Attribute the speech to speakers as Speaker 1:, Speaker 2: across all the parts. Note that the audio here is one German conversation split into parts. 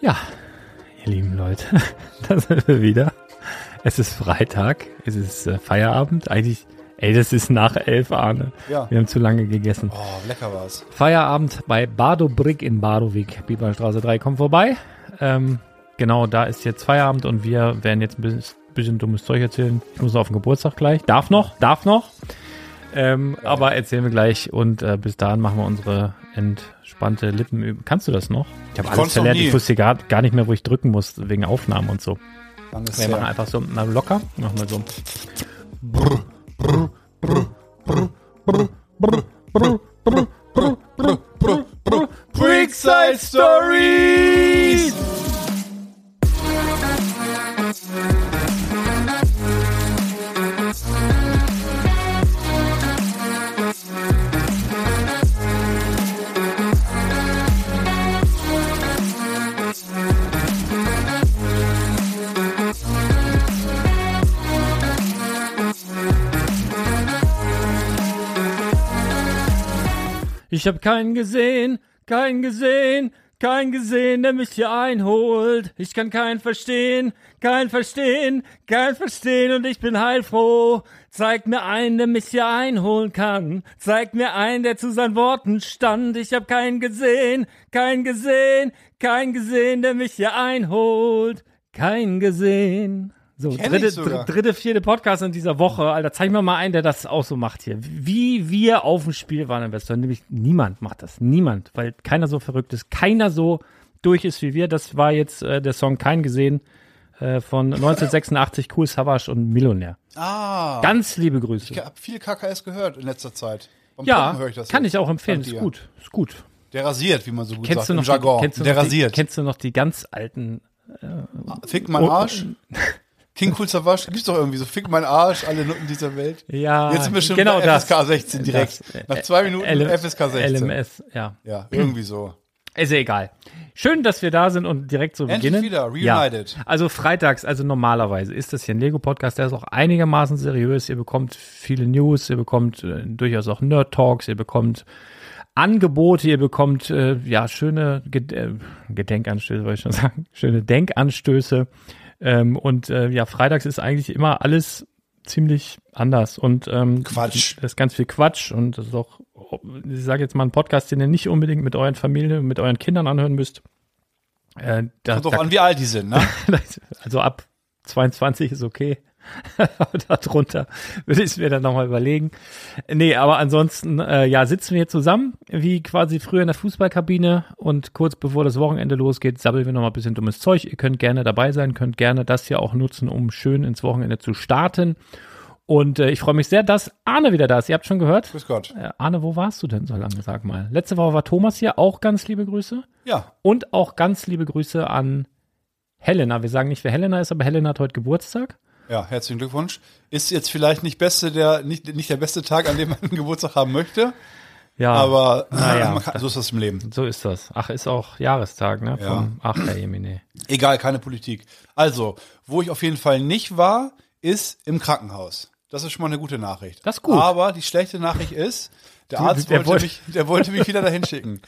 Speaker 1: Ja, ihr lieben Leute, da sind wir wieder. Es ist Freitag, es ist äh, Feierabend. Eigentlich, ey, das ist nach elf, Arne.
Speaker 2: Ja.
Speaker 1: Wir haben zu lange gegessen.
Speaker 2: Oh, lecker war's.
Speaker 1: Feierabend bei Bardobrick in Barowik, Bieberstraße 3. Kommt vorbei. Ähm, genau, da ist jetzt Feierabend und wir werden jetzt ein bisschen, bisschen dummes Zeug erzählen. Ich muss noch auf den Geburtstag gleich. Darf noch, darf noch. Ähm, aber erzählen wir gleich und äh, bis dahin machen wir unsere entspannte Lippenübung. Kannst du das noch? Ich habe alles
Speaker 2: konnt's noch
Speaker 1: verlernt.
Speaker 2: nie.
Speaker 1: Ich wusste gar, gar nicht mehr, wo ich drücken muss, wegen Aufnahmen und so.
Speaker 2: Dann ist
Speaker 1: Wir machen
Speaker 2: ja.
Speaker 1: einfach so mal locker. Machen wir so.
Speaker 2: Brickside Stories!
Speaker 1: Ich habe keinen gesehen, keinen gesehen, keinen gesehen, der mich hier einholt. Ich kann keinen verstehen, keinen verstehen, keinen verstehen und ich bin heilfroh. Zeig mir einen, der mich hier einholen kann. Zeig mir einen, der zu seinen Worten stand. Ich habe keinen gesehen, keinen gesehen, keinen gesehen, der mich hier einholt. Keinen gesehen. So,
Speaker 2: Kenn ich
Speaker 1: dritte,
Speaker 2: sogar.
Speaker 1: dr- dritte, vierte Podcast in dieser Woche. Alter, zeig mir mal einen, der das auch so macht hier. Wie wir auf dem Spiel waren, Investor. Nämlich niemand macht das. Niemand. Weil keiner so verrückt ist. Keiner so durch ist wie wir. Das war jetzt äh, der Song Kein gesehen äh, von 1986 Cool Savage und Millionär.
Speaker 2: Ah,
Speaker 1: Ganz liebe Grüße.
Speaker 2: ich habe viel KKS gehört in letzter Zeit. Beim
Speaker 1: ja,
Speaker 2: Pumpen höre ich das
Speaker 1: kann
Speaker 2: jetzt.
Speaker 1: ich auch empfehlen.
Speaker 2: Dank
Speaker 1: Ist
Speaker 2: dir.
Speaker 1: gut. Ist gut.
Speaker 2: Der rasiert, wie man so gut
Speaker 1: Kennst
Speaker 2: sagt
Speaker 1: du
Speaker 2: im
Speaker 1: noch
Speaker 2: Jargon.
Speaker 1: Die, kennst du
Speaker 2: der
Speaker 1: noch
Speaker 2: rasiert.
Speaker 1: Die, kennst du noch die ganz alten?
Speaker 2: Fick mein
Speaker 1: Oh.
Speaker 2: Arsch. King Cool Savage. Gibt's doch irgendwie so Fick mein Arsch, alle Nutten dieser Welt.
Speaker 1: Ja,
Speaker 2: Jetzt sind wir schon
Speaker 1: genau
Speaker 2: bei
Speaker 1: das.
Speaker 2: FSK 16 direkt.
Speaker 1: Das, äh,
Speaker 2: Nach zwei Minuten
Speaker 1: L-
Speaker 2: FSK 16.
Speaker 1: LMS, ja.
Speaker 2: Ja, irgendwie so.
Speaker 1: Ist ja egal. Schön, dass wir da sind und direkt so
Speaker 2: Endlich
Speaker 1: beginnen.
Speaker 2: wieder, reunited.
Speaker 1: Ja. Also freitags, also normalerweise ist das hier ein Lego-Podcast, der ist auch einigermaßen seriös. Ihr bekommt viele News, ihr bekommt äh, durchaus auch Nerd-Talks, ihr bekommt Angebote, ihr bekommt äh, ja schöne Ged äh, Gedenkanstöße, wollte ich schon sagen, schöne Denkanstöße. Ähm, und äh, ja, freitags ist eigentlich immer alles ziemlich anders und ähm,
Speaker 2: Quatsch.
Speaker 1: das ist ganz viel Quatsch und das ist auch, ich sage jetzt mal, ein Podcast, den ihr nicht unbedingt mit euren Familien, mit euren Kindern anhören müsst. Äh, da,
Speaker 2: Kommt doch
Speaker 1: da,
Speaker 2: an, wie alt die sind, ne?
Speaker 1: also ab 22 ist okay. Aber Darunter würde ich es mir dann nochmal überlegen. Nee, aber ansonsten, äh, ja, sitzen wir hier zusammen, wie quasi früher in der Fußballkabine und kurz bevor das Wochenende losgeht, sabbeln wir nochmal ein bisschen dummes Zeug. Ihr könnt gerne dabei sein, könnt gerne das hier auch nutzen, um schön ins Wochenende zu starten. Und äh, ich freue mich sehr, dass Arne wieder da ist. Ihr habt schon gehört.
Speaker 2: Grüß Gott.
Speaker 1: Äh, Arne, wo warst du denn so lange, sag mal? Letzte Woche war Thomas hier, auch ganz liebe Grüße.
Speaker 2: Ja,
Speaker 1: Und auch ganz liebe Grüße an Helena. Wir sagen nicht, wer Helena ist, aber Helena hat heute Geburtstag.
Speaker 2: ja, herzlichen Glückwunsch. Ist jetzt vielleicht nicht, beste der, nicht, nicht der beste Tag, an dem man einen Geburtstag haben möchte,
Speaker 1: Ah. Ja,
Speaker 2: aber
Speaker 1: naja.
Speaker 2: man kann, so ist das im Leben.
Speaker 1: so ist das. Ach, ist auch Jahrestag, ne?
Speaker 2: Ja.
Speaker 1: Vom, ach, der Jemine.
Speaker 2: Egal, keine Politik. Also, wo ich auf jeden Fall nicht war, ist im Krankenhaus. Das ist schon mal eine gute Nachricht.
Speaker 1: Das ist gut.
Speaker 2: Aber die schlechte Nachricht ist, der Arzt
Speaker 1: der
Speaker 2: wollte,
Speaker 1: wollte-
Speaker 2: mich, der wollte mich wieder dahin schicken.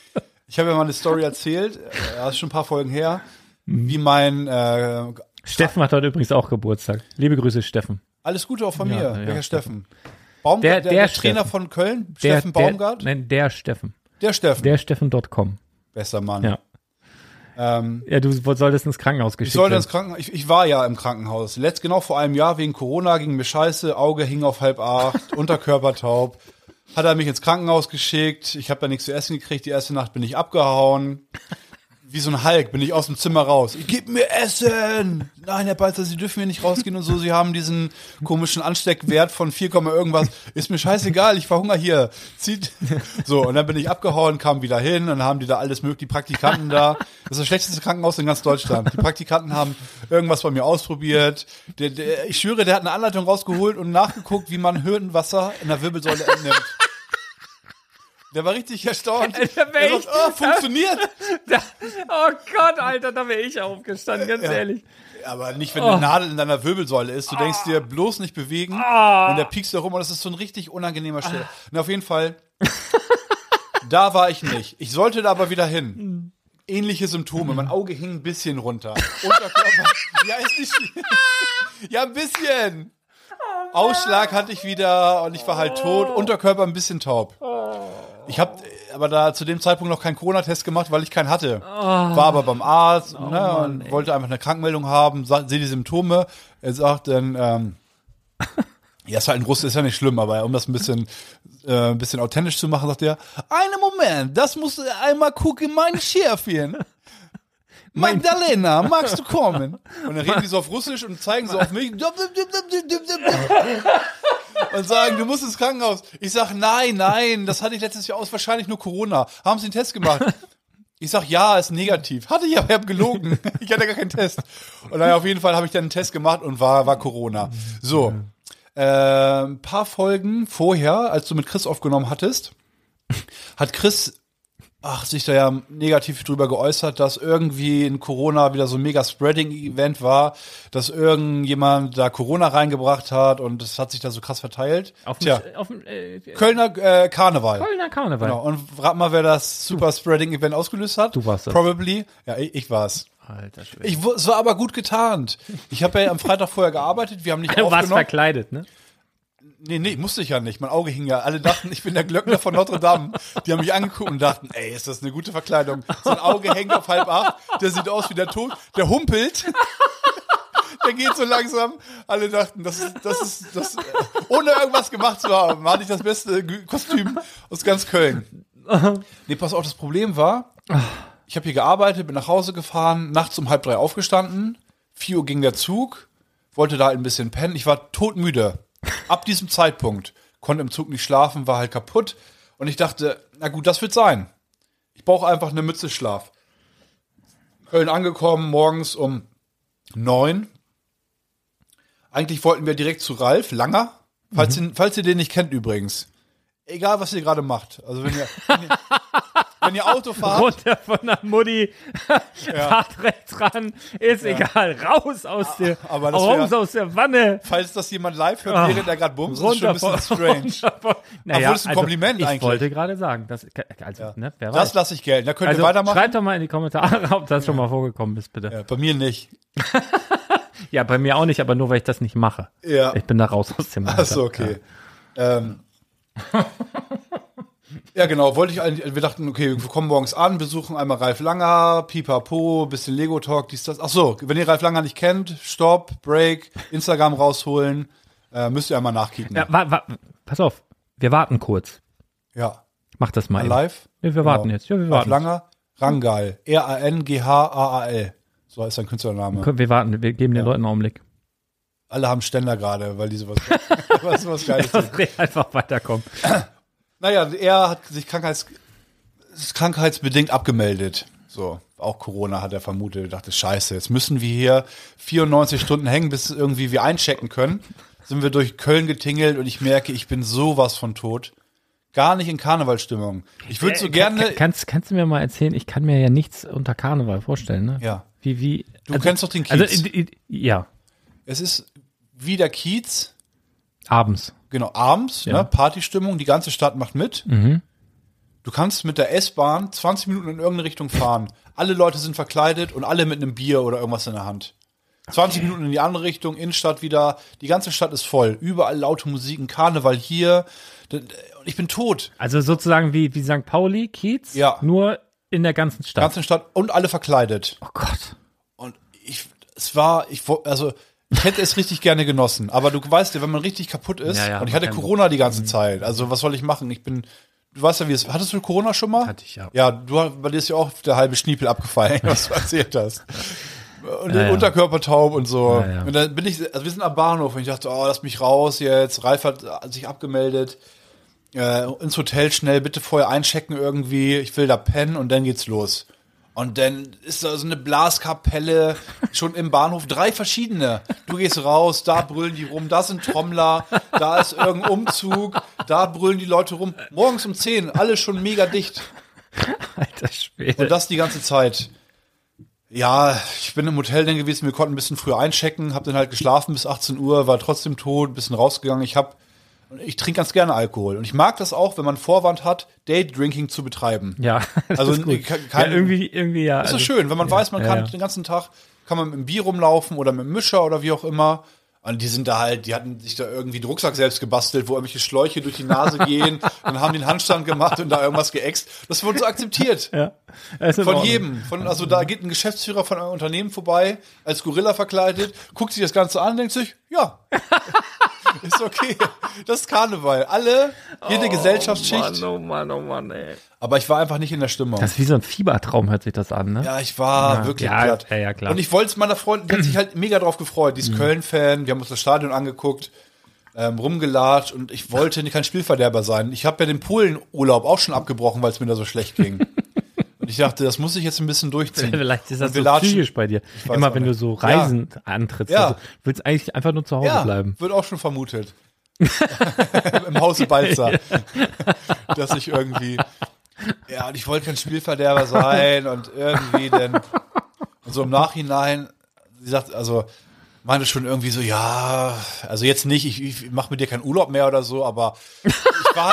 Speaker 2: Ich habe ja mal eine Story erzählt, äh, das ist schon ein paar Folgen her,
Speaker 1: Mhm.
Speaker 2: wie mein äh,
Speaker 1: Steffen hat heute übrigens auch Geburtstag. Liebe Grüße, Steffen.
Speaker 2: alles Gute auch von
Speaker 1: Ja,
Speaker 2: mir,
Speaker 1: ja,
Speaker 2: welcher
Speaker 1: Steffen.
Speaker 2: Steffen. Baumgart,
Speaker 1: Der-
Speaker 2: der,
Speaker 1: der
Speaker 2: der Trainer
Speaker 1: Steffen.
Speaker 2: von Köln,
Speaker 1: Der-
Speaker 2: Steffen Baumgart,
Speaker 1: Der, nein, der Steffen.
Speaker 2: der Steffen,
Speaker 1: Der Steffen.com.
Speaker 2: bester Mann.
Speaker 1: Ja.
Speaker 2: Ähm,
Speaker 1: Ja, du solltest ins Krankenhaus
Speaker 2: Ich
Speaker 1: geschickt
Speaker 2: sollte
Speaker 1: werden.
Speaker 2: ins Krankenhaus. Ich, ich war ja im Krankenhaus. Letzt genau vor einem Jahr wegen Corona ging mir scheiße, Auge hing auf halb acht, Unterkörper taub. Hat er mich ins Krankenhaus geschickt. Ich habe da nichts zu essen gekriegt. Die erste Nacht bin ich abgehauen. Wie so ein Hulk bin ich aus dem Zimmer raus. Gib mir Essen! Nein, Herr Balzer, Sie dürfen hier nicht rausgehen und so. Sie haben diesen komischen Ansteckwert von 4, Komma irgendwas. Ist mir scheißegal, ich verhungere hier. Zieht. So, und dann bin ich abgehauen, kam wieder hin und haben die da alles mögliche, die Praktikanten da. Das ist das schlechteste Krankenhaus in ganz Deutschland. Die Praktikanten haben irgendwas bei mir ausprobiert. Der, der, ich schwöre, der hat eine Anleitung rausgeholt und nachgeguckt, wie man Hirnwasser in der Wirbelsäule entnimmt. Der war richtig erstaunt.
Speaker 1: Alter,
Speaker 2: Der sagt,
Speaker 1: echt?
Speaker 2: oh, funktioniert!
Speaker 1: oh Gott, Alter, da wäre ich aufgestanden, ganz ehrlich.
Speaker 2: Aber nicht, wenn eine Nadel in deiner Wirbelsäule ist. Du denkst dir, bloß nicht bewegen. Und der piekst da rum. Und das ist so ein richtig unangenehmer Stelle. Und auf jeden Fall, da war ich nicht. Ich sollte da aber wieder hin. ähnliche Symptome. Mein Auge hing ein bisschen runter. Unterkörper. ja, ist nicht schlimm. Ja, ein bisschen. Ausschlag hatte ich wieder und ich war halt tot. Unterkörper ein bisschen taub. Ich habe aber da zu dem Zeitpunkt noch keinen Corona-Test gemacht, weil ich keinen hatte. War aber beim Arzt ne, und wollte einfach eine Krankmeldung haben, sah- sehe die Symptome. Er sagt dann, ähm, ja, ist halt ein Russe, ist ja nicht schlimm, aber um das ein bisschen, äh, ein bisschen authentisch zu machen, sagt er, einen Moment, das musst du einmal gucken, mein Schäfchen. Magdalena, magst du kommen? Und dann reden die so auf Russisch und zeigen so auf mich und sagen, du musst ins Krankenhaus. Ich sag, nein, nein, das hatte ich letztes Jahr aus, wahrscheinlich nur Corona. Haben sie einen Test gemacht? Ich sag, ja, ist negativ. Hatte ich aber, ich hab gelogen. Ich hatte gar keinen Test. Und dann auf jeden Fall habe ich dann einen Test gemacht und war, war Corona. So. Äh, ein paar Folgen vorher, als du mit Chris aufgenommen hattest, hat Chris ach, sich da ja negativ drüber geäußert, dass irgendwie in Corona wieder so ein mega Spreading-Event war, dass irgendjemand da Corona reingebracht hat und es hat sich da so krass verteilt.
Speaker 1: Auf dem,
Speaker 2: Tja,
Speaker 1: auf dem äh,
Speaker 2: Kölner äh, Karneval.
Speaker 1: Kölner Karneval.
Speaker 2: Genau. Und rat mal, wer das Super Spreading Event ausgelöst hat.
Speaker 1: Du warst das.
Speaker 2: Probably. Ja, ich, ich war's.
Speaker 1: Alter Schwede.
Speaker 2: Ich, wu- es war aber gut getarnt. Ich habe ja am Freitag vorher gearbeitet. Wir haben nicht
Speaker 1: Du warst
Speaker 2: aufgenommen.
Speaker 1: verkleidet, ne?
Speaker 2: Nee, nee, musste ich ja nicht. Mein Auge hing ja. Alle dachten, ich bin der Glöckner von Notre Dame. Die haben mich angeguckt und dachten, ey, ist das eine gute Verkleidung. Sein Auge hängt auf halb acht, der sieht aus wie der Tod, der humpelt. Der geht so langsam. Alle dachten, das ist, das ist, das, ohne irgendwas gemacht zu haben, hatte ich das beste Gü- Kostüm aus ganz Köln. Nee, pass auf, das Problem war, ich habe hier gearbeitet, bin nach Hause gefahren, nachts um halb drei aufgestanden, vier Uhr ging der Zug, wollte da ein bisschen pennen. Ich war todmüde. Ab diesem Zeitpunkt konnte im Zug nicht schlafen, war halt kaputt. Und ich dachte, na gut, das wird sein. Ich brauche einfach eine Mütze Schlaf. Köln angekommen, morgens um neun. Eigentlich wollten wir direkt zu Ralf Langer. Falls, ihr, falls ihr den nicht kennt übrigens. Egal, was ihr gerade macht. Also wenn ihr, wenn ihr, wenn ihr Auto fahrt,
Speaker 1: Runter von der Mutti, fahrt rechts ran, ist egal, raus aus der,
Speaker 2: Ah, aber das
Speaker 1: raus
Speaker 2: wär-
Speaker 1: aus der Wanne.
Speaker 2: falls das jemand live
Speaker 1: Ah.
Speaker 2: hört, während er gerade bumst, ist schon ein bisschen strange.
Speaker 1: runter von- Naja, also
Speaker 2: Obwohl, das ist ein Kompliment
Speaker 1: ich
Speaker 2: eigentlich.
Speaker 1: wollte gerade sagen, das, also, ne, wer
Speaker 2: Das
Speaker 1: weiß.
Speaker 2: lasse ich gelten. Da könnt
Speaker 1: Also,
Speaker 2: ihr weitermachen.
Speaker 1: schreibt doch mal in die Kommentare, ob das schon mal vorgekommen ist, bitte.
Speaker 2: Ja, bei mir nicht.
Speaker 1: Ja. bei mir auch nicht, aber nur, weil ich das nicht mache.
Speaker 2: Ja.
Speaker 1: Ich bin da raus aus dem Alter.
Speaker 2: Achso, okay. Ähm, ja, genau. Wollte ich eigentlich, wir dachten, okay, wir kommen morgens an, besuchen einmal Ralf Langer, Pipapo, bisschen Lego Talk, dies, das. Achso, wenn ihr Ralf Langer nicht kennt, Stopp, Break, Instagram rausholen, äh, müsst ihr einmal nachkicken.
Speaker 1: Ja, wa, wa, pass auf, wir warten kurz.
Speaker 2: ja.
Speaker 1: Mach das mal. eben.
Speaker 2: Live?
Speaker 1: Ja, wir
Speaker 2: Genau.
Speaker 1: warten jetzt. Ja, wir
Speaker 2: Ralf
Speaker 1: warten.
Speaker 2: Langer, Rangal. R-A-N-G-H-A-A-L. So heißt sein Künstlername.
Speaker 1: Komm, Wir warten, wir geben den Leuten einen Augenblick.
Speaker 2: Alle haben Ständer gerade, weil die sowas, weil sie was Geiles sind.
Speaker 1: Lass den einfach weiterkommen.
Speaker 2: Naja, er hat sich krankheits, ist krankheitsbedingt abgemeldet. So, auch Corona hat er vermutet, dachte, scheiße, jetzt müssen wir hier 94 Stunden hängen, bis irgendwie wir einchecken können. Sind wir durch Köln getingelt und ich merke, ich bin sowas von tot. Gar nicht in Karnevalstimmung. Ich würde so
Speaker 1: Äh,
Speaker 2: gerne.
Speaker 1: kann- Kannst, kannst du mir mal erzählen, ich kann mir ja nichts unter Karneval vorstellen, ne?
Speaker 2: Ja.
Speaker 1: Wie, wie.
Speaker 2: Du kennst doch den Kiez.
Speaker 1: Also, i- i- ja,
Speaker 2: es ist wie der Kiez,
Speaker 1: abends.
Speaker 2: genau, abends, ne, Partystimmung, die ganze Stadt macht mit. Du kannst mit der S-Bahn 20 Minuten in irgendeine Richtung fahren. alle Leute sind verkleidet und alle mit einem Bier oder irgendwas in der Hand. 20 Minuten in die andere Richtung, Innenstadt wieder. Die ganze Stadt ist voll. Überall laute Musik, ein Karneval hier. D- d- Und ich bin tot.
Speaker 1: Also sozusagen wie, wie St. Pauli, Kiez,
Speaker 2: Ja.
Speaker 1: nur in der ganzen
Speaker 2: Die
Speaker 1: Stadt.
Speaker 2: ganze Stadt und alle verkleidet.
Speaker 1: oh Gott.
Speaker 2: Und ich, es war, ich, wo- also, ich hätte es richtig gerne genossen. Aber du weißt ja, wenn man richtig kaputt ist,
Speaker 1: Ja, ja,
Speaker 2: und ich
Speaker 1: man
Speaker 2: hatte
Speaker 1: kann- Mhm.
Speaker 2: Corona die ganze Zeit. Also, was soll ich machen? Ich bin, du weißt ja, wie es, hattest du Corona schon mal?
Speaker 1: Hatte ich, ja.
Speaker 2: Ja, du, hast- bei dir ist ja auch der halbe Schniepel abgefallen, was du erzählt hast. Und
Speaker 1: Ja, ja.
Speaker 2: Unterkörper taub und so.
Speaker 1: Ja, ja.
Speaker 2: Und dann bin ich, also wir sind am Bahnhof und ich dachte, oh, lass mich raus jetzt. Ralf hat äh, sich abgemeldet. Äh, ins Hotel schnell, bitte vorher einchecken irgendwie. Ich will da pennen und dann geht's los. Und dann ist da so eine Blaskapelle schon im Bahnhof, drei verschiedene. Du gehst raus, da brüllen die rum, da sind Trommler, da ist irgendein Umzug, da brüllen die Leute rum. Morgens um 10, alle schon mega dicht.
Speaker 1: Alter Schwede.
Speaker 2: Und das die ganze Zeit. Ja, ich bin im Hotel dann gewesen, wir konnten ein bisschen früher einchecken, hab dann halt geschlafen bis 18 Uhr, war trotzdem tot, ein bisschen rausgegangen. Ich habe Und ich trinke ganz gerne Alkohol. Und ich mag das auch, wenn man Vorwand hat, Daydrinking zu betreiben.
Speaker 1: Ja, das
Speaker 2: Also,
Speaker 1: ist
Speaker 2: nee,
Speaker 1: gut.
Speaker 2: ke- kein-
Speaker 1: ja, irgendwie, irgendwie ja.
Speaker 2: Das
Speaker 1: also,
Speaker 2: ist schön, wenn man weiß, man
Speaker 1: ja,
Speaker 2: kann
Speaker 1: ja.
Speaker 2: den ganzen Tag, kann man mit dem Bier rumlaufen oder mit dem Mischer oder wie auch immer. Und die sind da halt, die hatten sich da irgendwie einen Rucksack selbst gebastelt, wo irgendwelche Schläuche durch die Nase gehen und haben den Handstand gemacht und da irgendwas geäxt. Das wurde so akzeptiert.
Speaker 1: Ja. Es ist in
Speaker 2: Von
Speaker 1: Ordnung.
Speaker 2: jedem. Von, also da geht ein Geschäftsführer von einem Unternehmen vorbei, als Gorilla verkleidet, guckt sich das Ganze an, denkt sich, ja, ist okay. Das ist Karneval. Alle, jede Gesellschaftsschicht.
Speaker 1: Oh Mann, oh Mann, oh Mann, ey.
Speaker 2: Aber ich war einfach nicht in der Stimmung.
Speaker 1: Das ist wie so ein Fiebertraum, hört sich das an, ne?
Speaker 2: Ja, ich war
Speaker 1: Ja,
Speaker 2: wirklich
Speaker 1: ja,
Speaker 2: platt.
Speaker 1: ja, ja, klar. Mhm.
Speaker 2: Und ich wollte es meiner Freundin, die hat sich halt mega drauf gefreut. Die ist Köln-Fan, wir haben uns das Stadion angeguckt, ähm, rumgelatscht und ich wollte kein Spielverderber sein. Ich habe ja den Polen-Urlaub auch schon abgebrochen, weil es mir da so schlecht ging. und ich dachte, das muss ich jetzt ein bisschen durchziehen.
Speaker 1: Vielleicht ist
Speaker 2: Und
Speaker 1: das
Speaker 2: wir
Speaker 1: so
Speaker 2: latschen-
Speaker 1: psychisch bei dir.
Speaker 2: weiß
Speaker 1: Immer
Speaker 2: auch
Speaker 1: wenn du
Speaker 2: nicht.
Speaker 1: so Reisen antrittst.
Speaker 2: Ja.
Speaker 1: Also, du willst eigentlich einfach nur zu Hause
Speaker 2: ja,
Speaker 1: bleiben.
Speaker 2: wird auch schon vermutet. Im Hause Balzer. Dass ich irgendwie. Ja, und ich wollte kein Spielverderber sein und irgendwie denn. Und so im Nachhinein, sie sagt, also meinte schon irgendwie so, ja, also jetzt nicht, ich, ich mache mit dir keinen Urlaub mehr oder so, aber ich war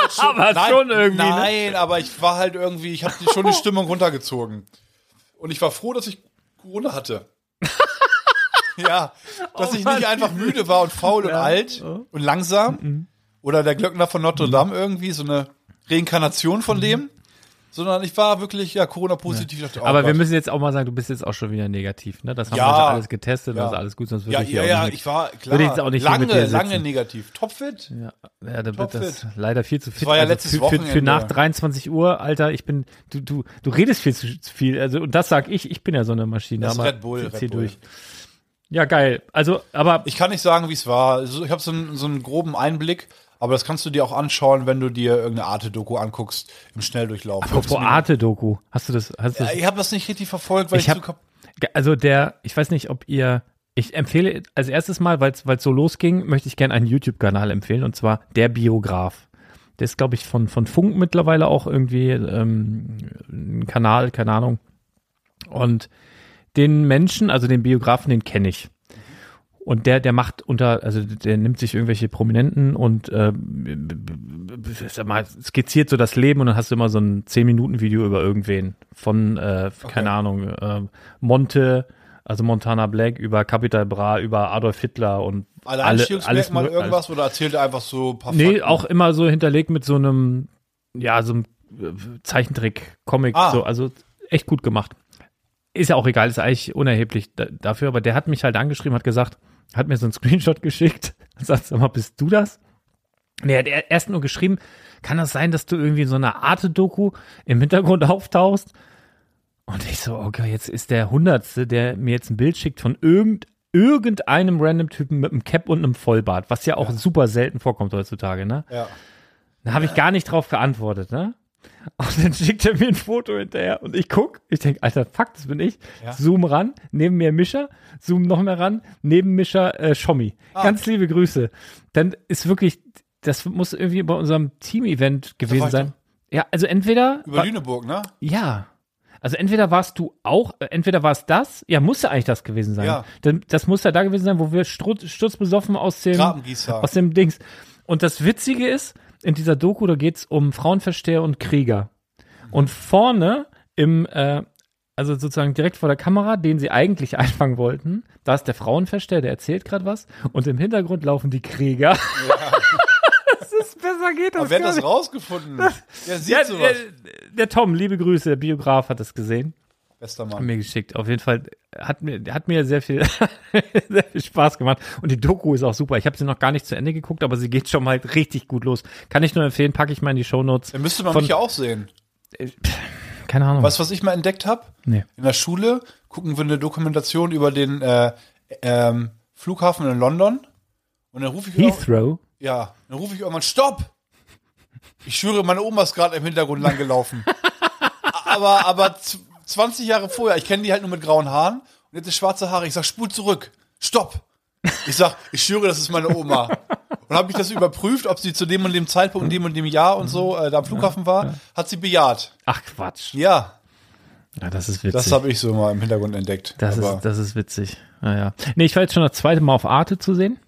Speaker 2: halt schon,
Speaker 1: Aber schon irgendwie, ne?
Speaker 2: Nein, aber ich war halt irgendwie, ich habe schon die Stimmung runtergezogen. Und ich war froh, dass ich Corona hatte. ja, dass
Speaker 1: Oh
Speaker 2: ich
Speaker 1: Mann.
Speaker 2: nicht einfach müde war und faul und
Speaker 1: Ja.
Speaker 2: alt
Speaker 1: Oh. Mhm.
Speaker 2: und langsam. Oder der Glöckner von Notre Dame irgendwie, so eine Reinkarnation von dem. Sondern ich war wirklich, ja, Corona-positiv. Ich dachte, oh
Speaker 1: Aber wir
Speaker 2: Gott.
Speaker 1: müssen jetzt auch mal sagen, du bist jetzt auch schon wieder negativ, ne? Das haben
Speaker 2: Ja.
Speaker 1: wir schon alles getestet,
Speaker 2: Ja.
Speaker 1: das ist alles gut, sonst würde
Speaker 2: Ja,
Speaker 1: ich hier
Speaker 2: ja,
Speaker 1: auch
Speaker 2: ja,
Speaker 1: nicht-
Speaker 2: ich war, klar,
Speaker 1: würde ich jetzt auch nicht hier
Speaker 2: lange,
Speaker 1: mit dir sitzen.
Speaker 2: lange negativ. Topfit?
Speaker 1: Ja, ja da wird
Speaker 2: Topfit.
Speaker 1: das leider viel zu fit. Also
Speaker 2: war ja letztes
Speaker 1: für, für, für
Speaker 2: Wochenende.
Speaker 1: nach 23 Uhr, Alter, ich bin, du, du, du redest viel zu zu viel. Also, und das sag ich, ich bin ja so eine Maschine.
Speaker 2: Das ist
Speaker 1: aber
Speaker 2: Red Bull,
Speaker 1: zieh-
Speaker 2: Red
Speaker 1: zieh
Speaker 2: Bull.
Speaker 1: durch. Ja, geil. Also, aber
Speaker 2: Ich kann nicht sagen, wie es war. Also Ich habe so, einen- so einen groben Einblick, aber das kannst du dir auch anschauen, wenn du dir irgendeine Arte-Doku anguckst im Schnelldurchlauf. 15
Speaker 1: apropos
Speaker 2: Minuten.
Speaker 1: Arte-Doku, hast du das, hast du das
Speaker 2: Äh, Ich habe das nicht richtig verfolgt, weil ich,
Speaker 1: Ich hab-
Speaker 2: zu kap-
Speaker 1: Ge- Also der, ich weiß nicht, ob ihr, ich empfehle als erstes Mal, weil es so losging, möchte ich gerne einen YouTube-Kanal empfehlen und zwar der Biograf. Der ist, glaube ich, von, von Funk mittlerweile auch irgendwie ähm, ein Kanal, keine Ahnung. Und den Menschen, also den Biografen, den kenne ich. Und der, der macht unter, also der nimmt sich irgendwelche Prominenten und äh, b- b- b- sag mal, skizziert so das Leben und dann hast du immer so ein 10-Minuten-Video über irgendwen. Von, äh, keine Ahnung, äh, Monte, also Montana Black, über Capital Bra, über Adolf Hitler und alle, alles,
Speaker 2: Alleinstellungsmerkmal
Speaker 1: mö-
Speaker 2: irgendwas oder erzählt er einfach so ein paar
Speaker 1: Nee,
Speaker 2: Fakten?
Speaker 1: auch immer so hinterlegt mit so einem, ja, so einem äh, Zeichentrick, Comic,
Speaker 2: Ah.
Speaker 1: so, also echt gut gemacht. Ist ja auch egal, ist eigentlich unerheblich da, dafür, aber der hat mich halt angeschrieben, hat gesagt, hat mir so einen Screenshot geschickt, sagt, sag mal, bist du das? Nee, er hat er- erst nur geschrieben, kann das sein, dass du irgendwie in so einer Arte-Doku im Hintergrund auftauchst? Und ich so, okay, jetzt ist der Hundertste, der mir jetzt ein Bild schickt von irgend, irgendeinem random Typen mit einem Cap und einem Vollbart, was ja auch super selten vorkommt heutzutage, ne?
Speaker 2: Ja.
Speaker 1: Da habe ich gar nicht drauf geantwortet, ne? Und dann schickt er mir ein Foto hinterher und ich guck, ich denk, Alter, fuck, das bin ich.
Speaker 2: Ja.
Speaker 1: Zoom ran, neben mir Mischer, zoom noch mehr ran, neben Mischer äh, Schommi.
Speaker 2: Ah.
Speaker 1: Ganz liebe Grüße. Dann ist wirklich, das muss irgendwie bei unserem Team-Event
Speaker 2: war
Speaker 1: gewesen
Speaker 2: ich
Speaker 1: sein. Ja, also entweder
Speaker 2: Über
Speaker 1: war-
Speaker 2: Lüneburg, ne?
Speaker 1: ja. Also entweder warst du auch, äh, entweder war es das, ja, muss ja eigentlich das gewesen sein.
Speaker 2: Ja.
Speaker 1: Denn Das muss ja da gewesen sein, wo wir strutz- sturzbesoffen aus dem,
Speaker 2: Grabengießer.
Speaker 1: aus dem Dings. Und das Witzige ist, in dieser Doku, da geht's um Frauenversteher und Krieger. Und vorne im, äh, also sozusagen direkt vor der Kamera, den sie eigentlich einfangen wollten, da ist der Frauenversteher, der erzählt gerade was. Und im Hintergrund laufen die Krieger. das ist, besser geht das
Speaker 2: Aber wer hat
Speaker 1: gar
Speaker 2: das
Speaker 1: nicht.
Speaker 2: rausgefunden? Der sieht
Speaker 1: Ja,
Speaker 2: sowas.
Speaker 1: der, der Tom, liebe Grüße, der Biograf hat das gesehen,
Speaker 2: Bester
Speaker 1: hat
Speaker 2: Mann.
Speaker 1: mir geschickt. Auf jeden Fall hat mir, hat mir sehr viel, sehr viel Spaß gemacht. Und die Doku ist auch super. Ich habe sie noch gar nicht zu Ende geguckt, aber sie geht schon mal richtig gut los. Kann ich nur empfehlen, packe ich mal in die Shownotes.
Speaker 2: Dann müsste man
Speaker 1: Von-
Speaker 2: mich ja auch sehen.
Speaker 1: Keine Ahnung.
Speaker 2: Weißt du, was ich mal entdeckt habe?
Speaker 1: Nee.
Speaker 2: In der Schule gucken wir eine Dokumentation über den äh, ähm, Flughafen in London. Und dann rufe ich auch-
Speaker 1: Heathrow?
Speaker 2: Ja, dann rufe ich irgendwann, stopp! Ich schwöre, meine Oma ist gerade im Hintergrund langgelaufen. A- aber, aber z- 20 Jahre vorher, ich kenne die halt nur mit grauen Haaren und jetzt ist schwarze Haare. Ich sag, spul zurück, stopp! Ich sag, ich schwöre, das ist meine Oma. Und habe ich das überprüft, ob sie zu dem und dem Zeitpunkt und dem und dem Jahr und so äh, da am Flughafen war, hat sie bejaht.
Speaker 1: Ach Quatsch.
Speaker 2: Ja,
Speaker 1: Ja, das ist witzig.
Speaker 2: das habe ich so mal im Hintergrund entdeckt.
Speaker 1: Das
Speaker 2: aber
Speaker 1: ist, das ist witzig. Naja. Nee, ich war jetzt schon das zweite Mal auf Arte zu sehen.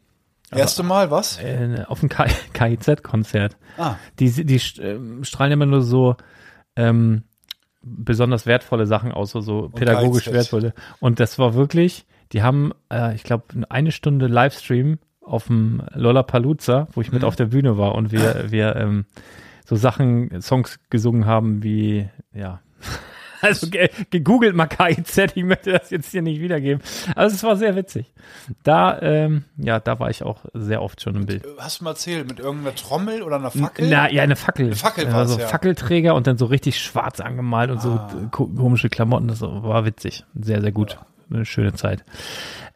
Speaker 2: Erste Mal, was?
Speaker 1: äh, auf dem K- KIZ-Konzert.
Speaker 2: Ah,
Speaker 1: Die, die st- ähm, strahlen immer nur so ähm, besonders wertvolle Sachen aus, so, so pädagogisch
Speaker 2: KIZ.
Speaker 1: wertvolle. Und das war wirklich, die haben, äh, ich glaube, eine Stunde Livestream auf dem Lollapalooza, wo ich mit auf der Bühne war und wir, wir ähm, so Sachen, Songs gesungen haben wie, ja. Also ge- gegoogelt mal KIZ, ich möchte das jetzt hier nicht wiedergeben. Also es war sehr witzig. Da, ähm, ja, da war ich auch sehr oft schon im Bild.
Speaker 2: hast du mal erzählt, mit irgendeiner Trommel oder einer Fackel?
Speaker 1: Na, ja, eine Fackel. Eine
Speaker 2: Fackel war's,
Speaker 1: also
Speaker 2: ja. Ah.
Speaker 1: Fackelträger und dann so richtig schwarz angemalt und so ko- komische Klamotten. Das war witzig. Sehr, sehr gut. Eine schöne Zeit.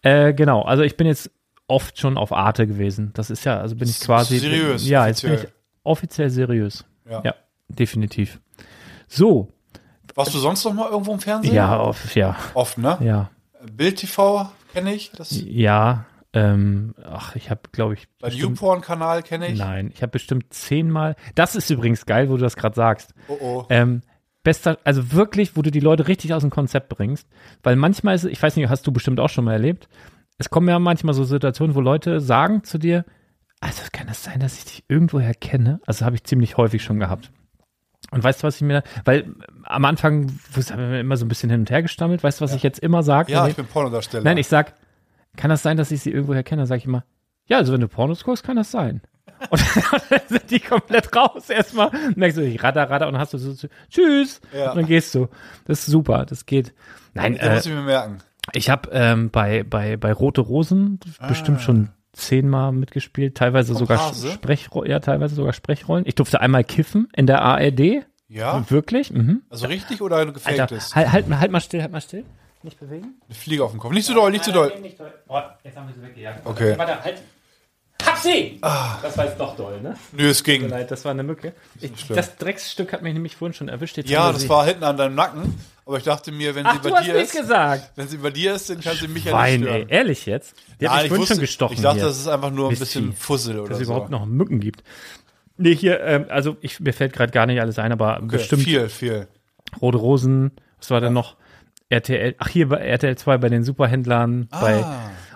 Speaker 1: Äh, genau, also ich bin jetzt oft schon auf Arte gewesen. Das ist ja, also bin ich quasi.
Speaker 2: seriös,
Speaker 1: Ja, jetzt bin ich
Speaker 2: offiziell.
Speaker 1: offiziell seriös.
Speaker 2: Ja.
Speaker 1: ja definitiv. So,
Speaker 2: Warst du sonst noch mal irgendwo im Fernsehen?
Speaker 1: ja, auf, ja,
Speaker 2: Oft, ne?
Speaker 1: ja,
Speaker 2: Bild TV kenne ich, das
Speaker 1: ja. Ähm, ach, ich habe, glaube ich,
Speaker 2: bei
Speaker 1: bestimmt-
Speaker 2: YouPorn-Kanal kenne ich.
Speaker 1: nein, ich habe bestimmt zehnmal. Das ist übrigens geil, wo du das gerade sagst.
Speaker 2: Oh oh.
Speaker 1: Ähm, bester, also wirklich, wo du die Leute richtig aus dem Konzept bringst. Weil manchmal ist, es- ich weiß nicht, hast du bestimmt auch schon mal erlebt, es kommen ja manchmal so Situationen, wo Leute sagen zu dir, also kann das sein, dass ich dich irgendwoher kenne? Also habe ich ziemlich häufig schon gehabt. Und weißt du, was ich mir, weil am Anfang wus- haben wir immer so ein bisschen hin und her gestammelt. Weißt du, was ich jetzt immer sage?
Speaker 2: ja, ich bin Pornodarsteller.
Speaker 1: Äh, Nein, ich sag, kann das sein, dass ich sie irgendwoher kenne? Dann sag ich immer, ja, also wenn du Pornos guckst, kann das sein. Und dann sind die komplett raus erstmal. Und merkst du, ich radder, radder und dann hast du so, so, tschüss.
Speaker 2: Ja.
Speaker 1: Und dann gehst du. Das ist super, das geht. Nein,
Speaker 2: das
Speaker 1: äh,
Speaker 2: muss ich mir merken.
Speaker 1: ich habe ähm, bei, bei, bei Rote Rosen bestimmt schon zehnmal mitgespielt, teilweise sogar
Speaker 2: Komparse?
Speaker 1: Sprechro ja, teilweise sogar Sprechrollen. Ich durfte einmal kiffen in der ARD.
Speaker 2: Ja,
Speaker 1: Wirklich? Mhm.
Speaker 2: also richtig oder du
Speaker 1: Alter,
Speaker 2: gefaked ist?
Speaker 1: halt, halt, mal- halt mal still, halt mal still. Nicht bewegen.
Speaker 2: Eine Fliege auf dem Kopf. Nicht zu doll, nicht zu doll.
Speaker 1: Oh, jetzt haben wir sie weggejagt.
Speaker 2: Okay. Ah.
Speaker 1: Warte, halt. Hab sie! Das war jetzt doch doll, ne?
Speaker 2: Nö, es ging.
Speaker 1: Nein, das war eine Mücke. Ich,
Speaker 2: schlimm.
Speaker 1: das Drecksstück hat mich nämlich vorhin schon erwischt. Jetzt haben
Speaker 2: Ja,
Speaker 1: wir
Speaker 2: das
Speaker 1: sie-
Speaker 2: war hinten an deinem Nacken. Aber ich dachte mir, wenn
Speaker 1: Ach,
Speaker 2: sie
Speaker 1: du
Speaker 2: bei
Speaker 1: hast
Speaker 2: dir
Speaker 1: nichts
Speaker 2: ist,
Speaker 1: gesagt.
Speaker 2: wenn sie bei dir ist, dann kann sie mich ja nicht
Speaker 1: Wein, ey.
Speaker 2: stören.
Speaker 1: Ehrlich jetzt? Die hat mich
Speaker 2: Nein,
Speaker 1: vorhin schon
Speaker 2: wusste-
Speaker 1: gestochen.
Speaker 2: Ich dachte,
Speaker 1: hier.
Speaker 2: das ist einfach nur ein
Speaker 1: Mist,
Speaker 2: bisschen
Speaker 1: Vieh.
Speaker 2: Fussel oder
Speaker 1: dass
Speaker 2: so.
Speaker 1: es überhaupt noch Mücken gibt. Nee, hier, ähm, also ich, mir fällt gerade gar nicht alles ein, aber
Speaker 2: Okay,
Speaker 1: bestimmt
Speaker 2: Viel, viel.
Speaker 1: Rote Rosen, was war denn noch? RTL, ach hier bei RTL 2 bei den Superhändlern,
Speaker 2: Ah.
Speaker 1: bei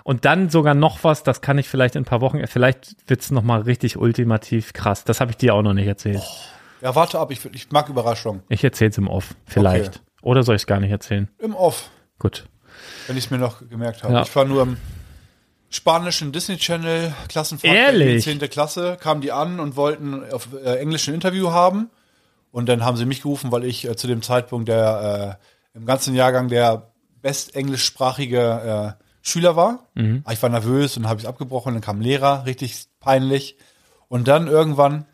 Speaker 1: und dann sogar noch was, das kann ich vielleicht in ein paar Wochen, vielleicht wird's noch mal richtig ultimativ krass. Das habe ich dir auch noch nicht erzählt.
Speaker 2: Oh. Ja, warte ab, ich, ich mag Überraschungen.
Speaker 1: Ich erzähl's im Off, vielleicht.
Speaker 2: Okay.
Speaker 1: Oder soll ich's gar nicht erzählen?
Speaker 2: Im Off,
Speaker 1: Gut.
Speaker 2: wenn ich es mir noch gemerkt habe.
Speaker 1: Ja.
Speaker 2: Ich war nur im spanischen Disney Channel, Klassenfahrt
Speaker 1: Ehrlich?
Speaker 2: 10. Klasse, kamen die an und wollten auf äh, Englisch ein Interview haben. Und dann haben sie mich gerufen, weil ich äh, zu dem Zeitpunkt der äh, im ganzen Jahrgang der bestenglischsprachige äh, Schüler war.
Speaker 1: Mhm.
Speaker 2: Aber Ich war nervös und habe es abgebrochen. Dann kam ein Lehrer, richtig peinlich. Und dann irgendwann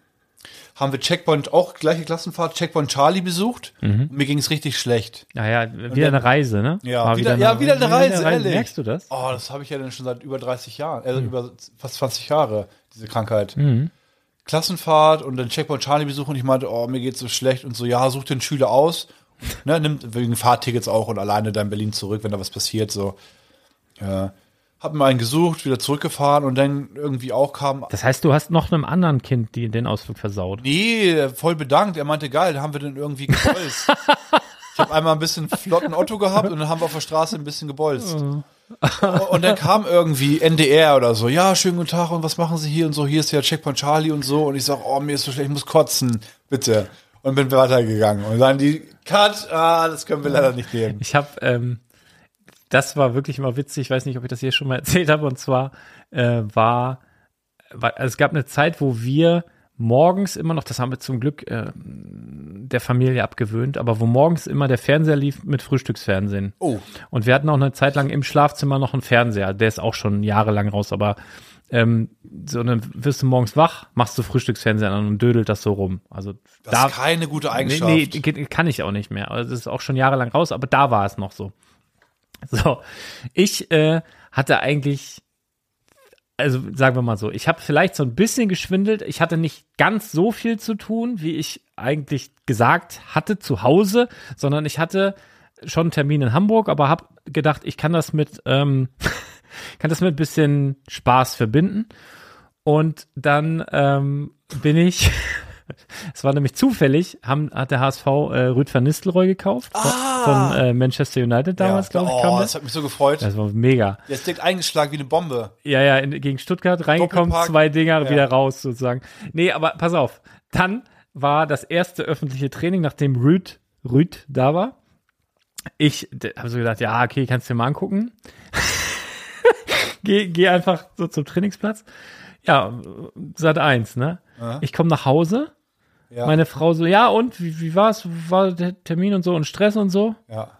Speaker 2: haben wir Checkpoint, auch gleiche Klassenfahrt, Checkpoint Charlie besucht.
Speaker 1: Mhm.
Speaker 2: Und mir ging es richtig schlecht.
Speaker 1: Naja, wieder eine Reise, ne?
Speaker 2: Ja,
Speaker 1: War
Speaker 2: wieder- ja, wieder eine Reise, ehrlich.
Speaker 1: Merkst du das?
Speaker 2: Oh, das habe ich ja dann schon seit über 30 Jahren, also über fast 20 Jahre, diese Krankheit. Klassenfahrt und dann Checkpoint Charlie besuchen und ich meinte, oh, mir geht's so schlecht und so, ja, such den Schüler aus. ne, nimmt wegen Fahrtickets auch und alleine dann Berlin zurück, wenn da was passiert, so. Ja. Hab mir einen gesucht, wieder zurückgefahren und dann irgendwie auch kam,
Speaker 1: Das heißt, du hast noch einem anderen Kind die, den Ausflug versaut.
Speaker 2: nee, äh, voll bedankt. Er meinte, geil, da haben wir dann irgendwie gebolzt. ich habe einmal ein bisschen flotten Otto gehabt und dann haben wir auf der Straße ein bisschen gebolzt. Und dann kam irgendwie NDR oder so, ja, schönen guten Tag und was machen Sie hier und so, hier ist ja Checkpoint Charlie und so. Und ich sag, oh, mir ist so schlecht, ich muss kotzen, bitte. Und bin weitergegangen. Und dann die Cut, ah, das können wir leider nicht nehmen.
Speaker 1: Ich habe, ähm, das war wirklich mal witzig. Ich weiß nicht, ob ich das hier schon mal erzählt habe. Und zwar äh, war, war, also es gab eine Zeit, wo wir morgens immer noch, das haben wir zum Glück äh, der Familie abgewöhnt, aber wo morgens immer der Fernseher lief mit Frühstücksfernsehen.
Speaker 2: Oh,
Speaker 1: Und wir hatten auch eine Zeit lang im Schlafzimmer noch einen Fernseher. Der ist auch schon jahrelang raus, aber ähm, so dann wirst du morgens wach, machst du Frühstücksfernseher an und dödelt das so rum. Also
Speaker 2: das ist keine gute
Speaker 1: Nee,
Speaker 2: Eigenschaft.
Speaker 1: nee, geht- kann ich auch nicht mehr. Also das ist auch schon jahrelang raus, aber da war es noch so. So, ich äh, hatte eigentlich, also sagen wir mal so, ich habe vielleicht so ein bisschen geschwindelt. Ich hatte nicht ganz so viel zu tun, wie ich eigentlich gesagt hatte zu Hause, sondern ich hatte schon einen Termin in Hamburg, aber habe gedacht, ich kann das mit, ähm, kann das mit ein bisschen Spaß verbinden. Und dann ähm, bin ich Es war nämlich zufällig, haben, hat der HSV äh, Rüd van Nistelrooy gekauft von-
Speaker 2: Ah.
Speaker 1: von äh, Manchester United damals, glaube ich.
Speaker 2: oh,
Speaker 1: kam
Speaker 2: das
Speaker 1: das.
Speaker 2: hat mich so gefreut.
Speaker 1: das war mega.
Speaker 2: Der ist direkt eingeschlagen wie eine Bombe.
Speaker 1: Ja, ja, in, gegen Stuttgart reingekommen,
Speaker 2: Doppelpack.
Speaker 1: zwei Dinger
Speaker 2: Ja.
Speaker 1: wieder raus sozusagen. Nee, aber pass auf. Dann war das erste öffentliche Training, nachdem Rüd, Rüd da war. Ich habe so gedacht, ja, okay, kannst du dir mal angucken. geh, geh einfach so zum Trainingsplatz. Ja, Sat 1, ne? Ich komme nach Hause,
Speaker 2: Ja.
Speaker 1: meine Frau so, ja, und wie, wie war's? War der Termin und so und Stress und so?
Speaker 2: Ja.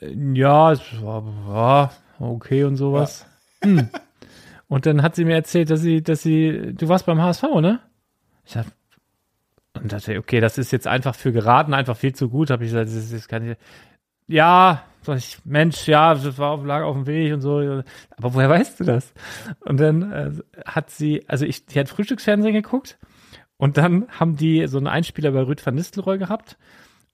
Speaker 1: ja, es war, war okay und sowas. Hm. Und dann hat sie mir erzählt, dass sie, dass sie, du warst beim HSV, ne? Ich hab, und dachte, okay, das ist jetzt einfach für geraten, einfach viel zu gut. Habe ich gesagt, das, ist- das kann ich. Ja, sag ich, Mensch, ja, das war auf, lag auf dem Weg und so. Aber woher weißt du das? Und dann äh, hat sie, also ich, die hat Frühstücksfernsehen geguckt und dann haben die so einen Einspieler bei Rüd van Nistelrooy gehabt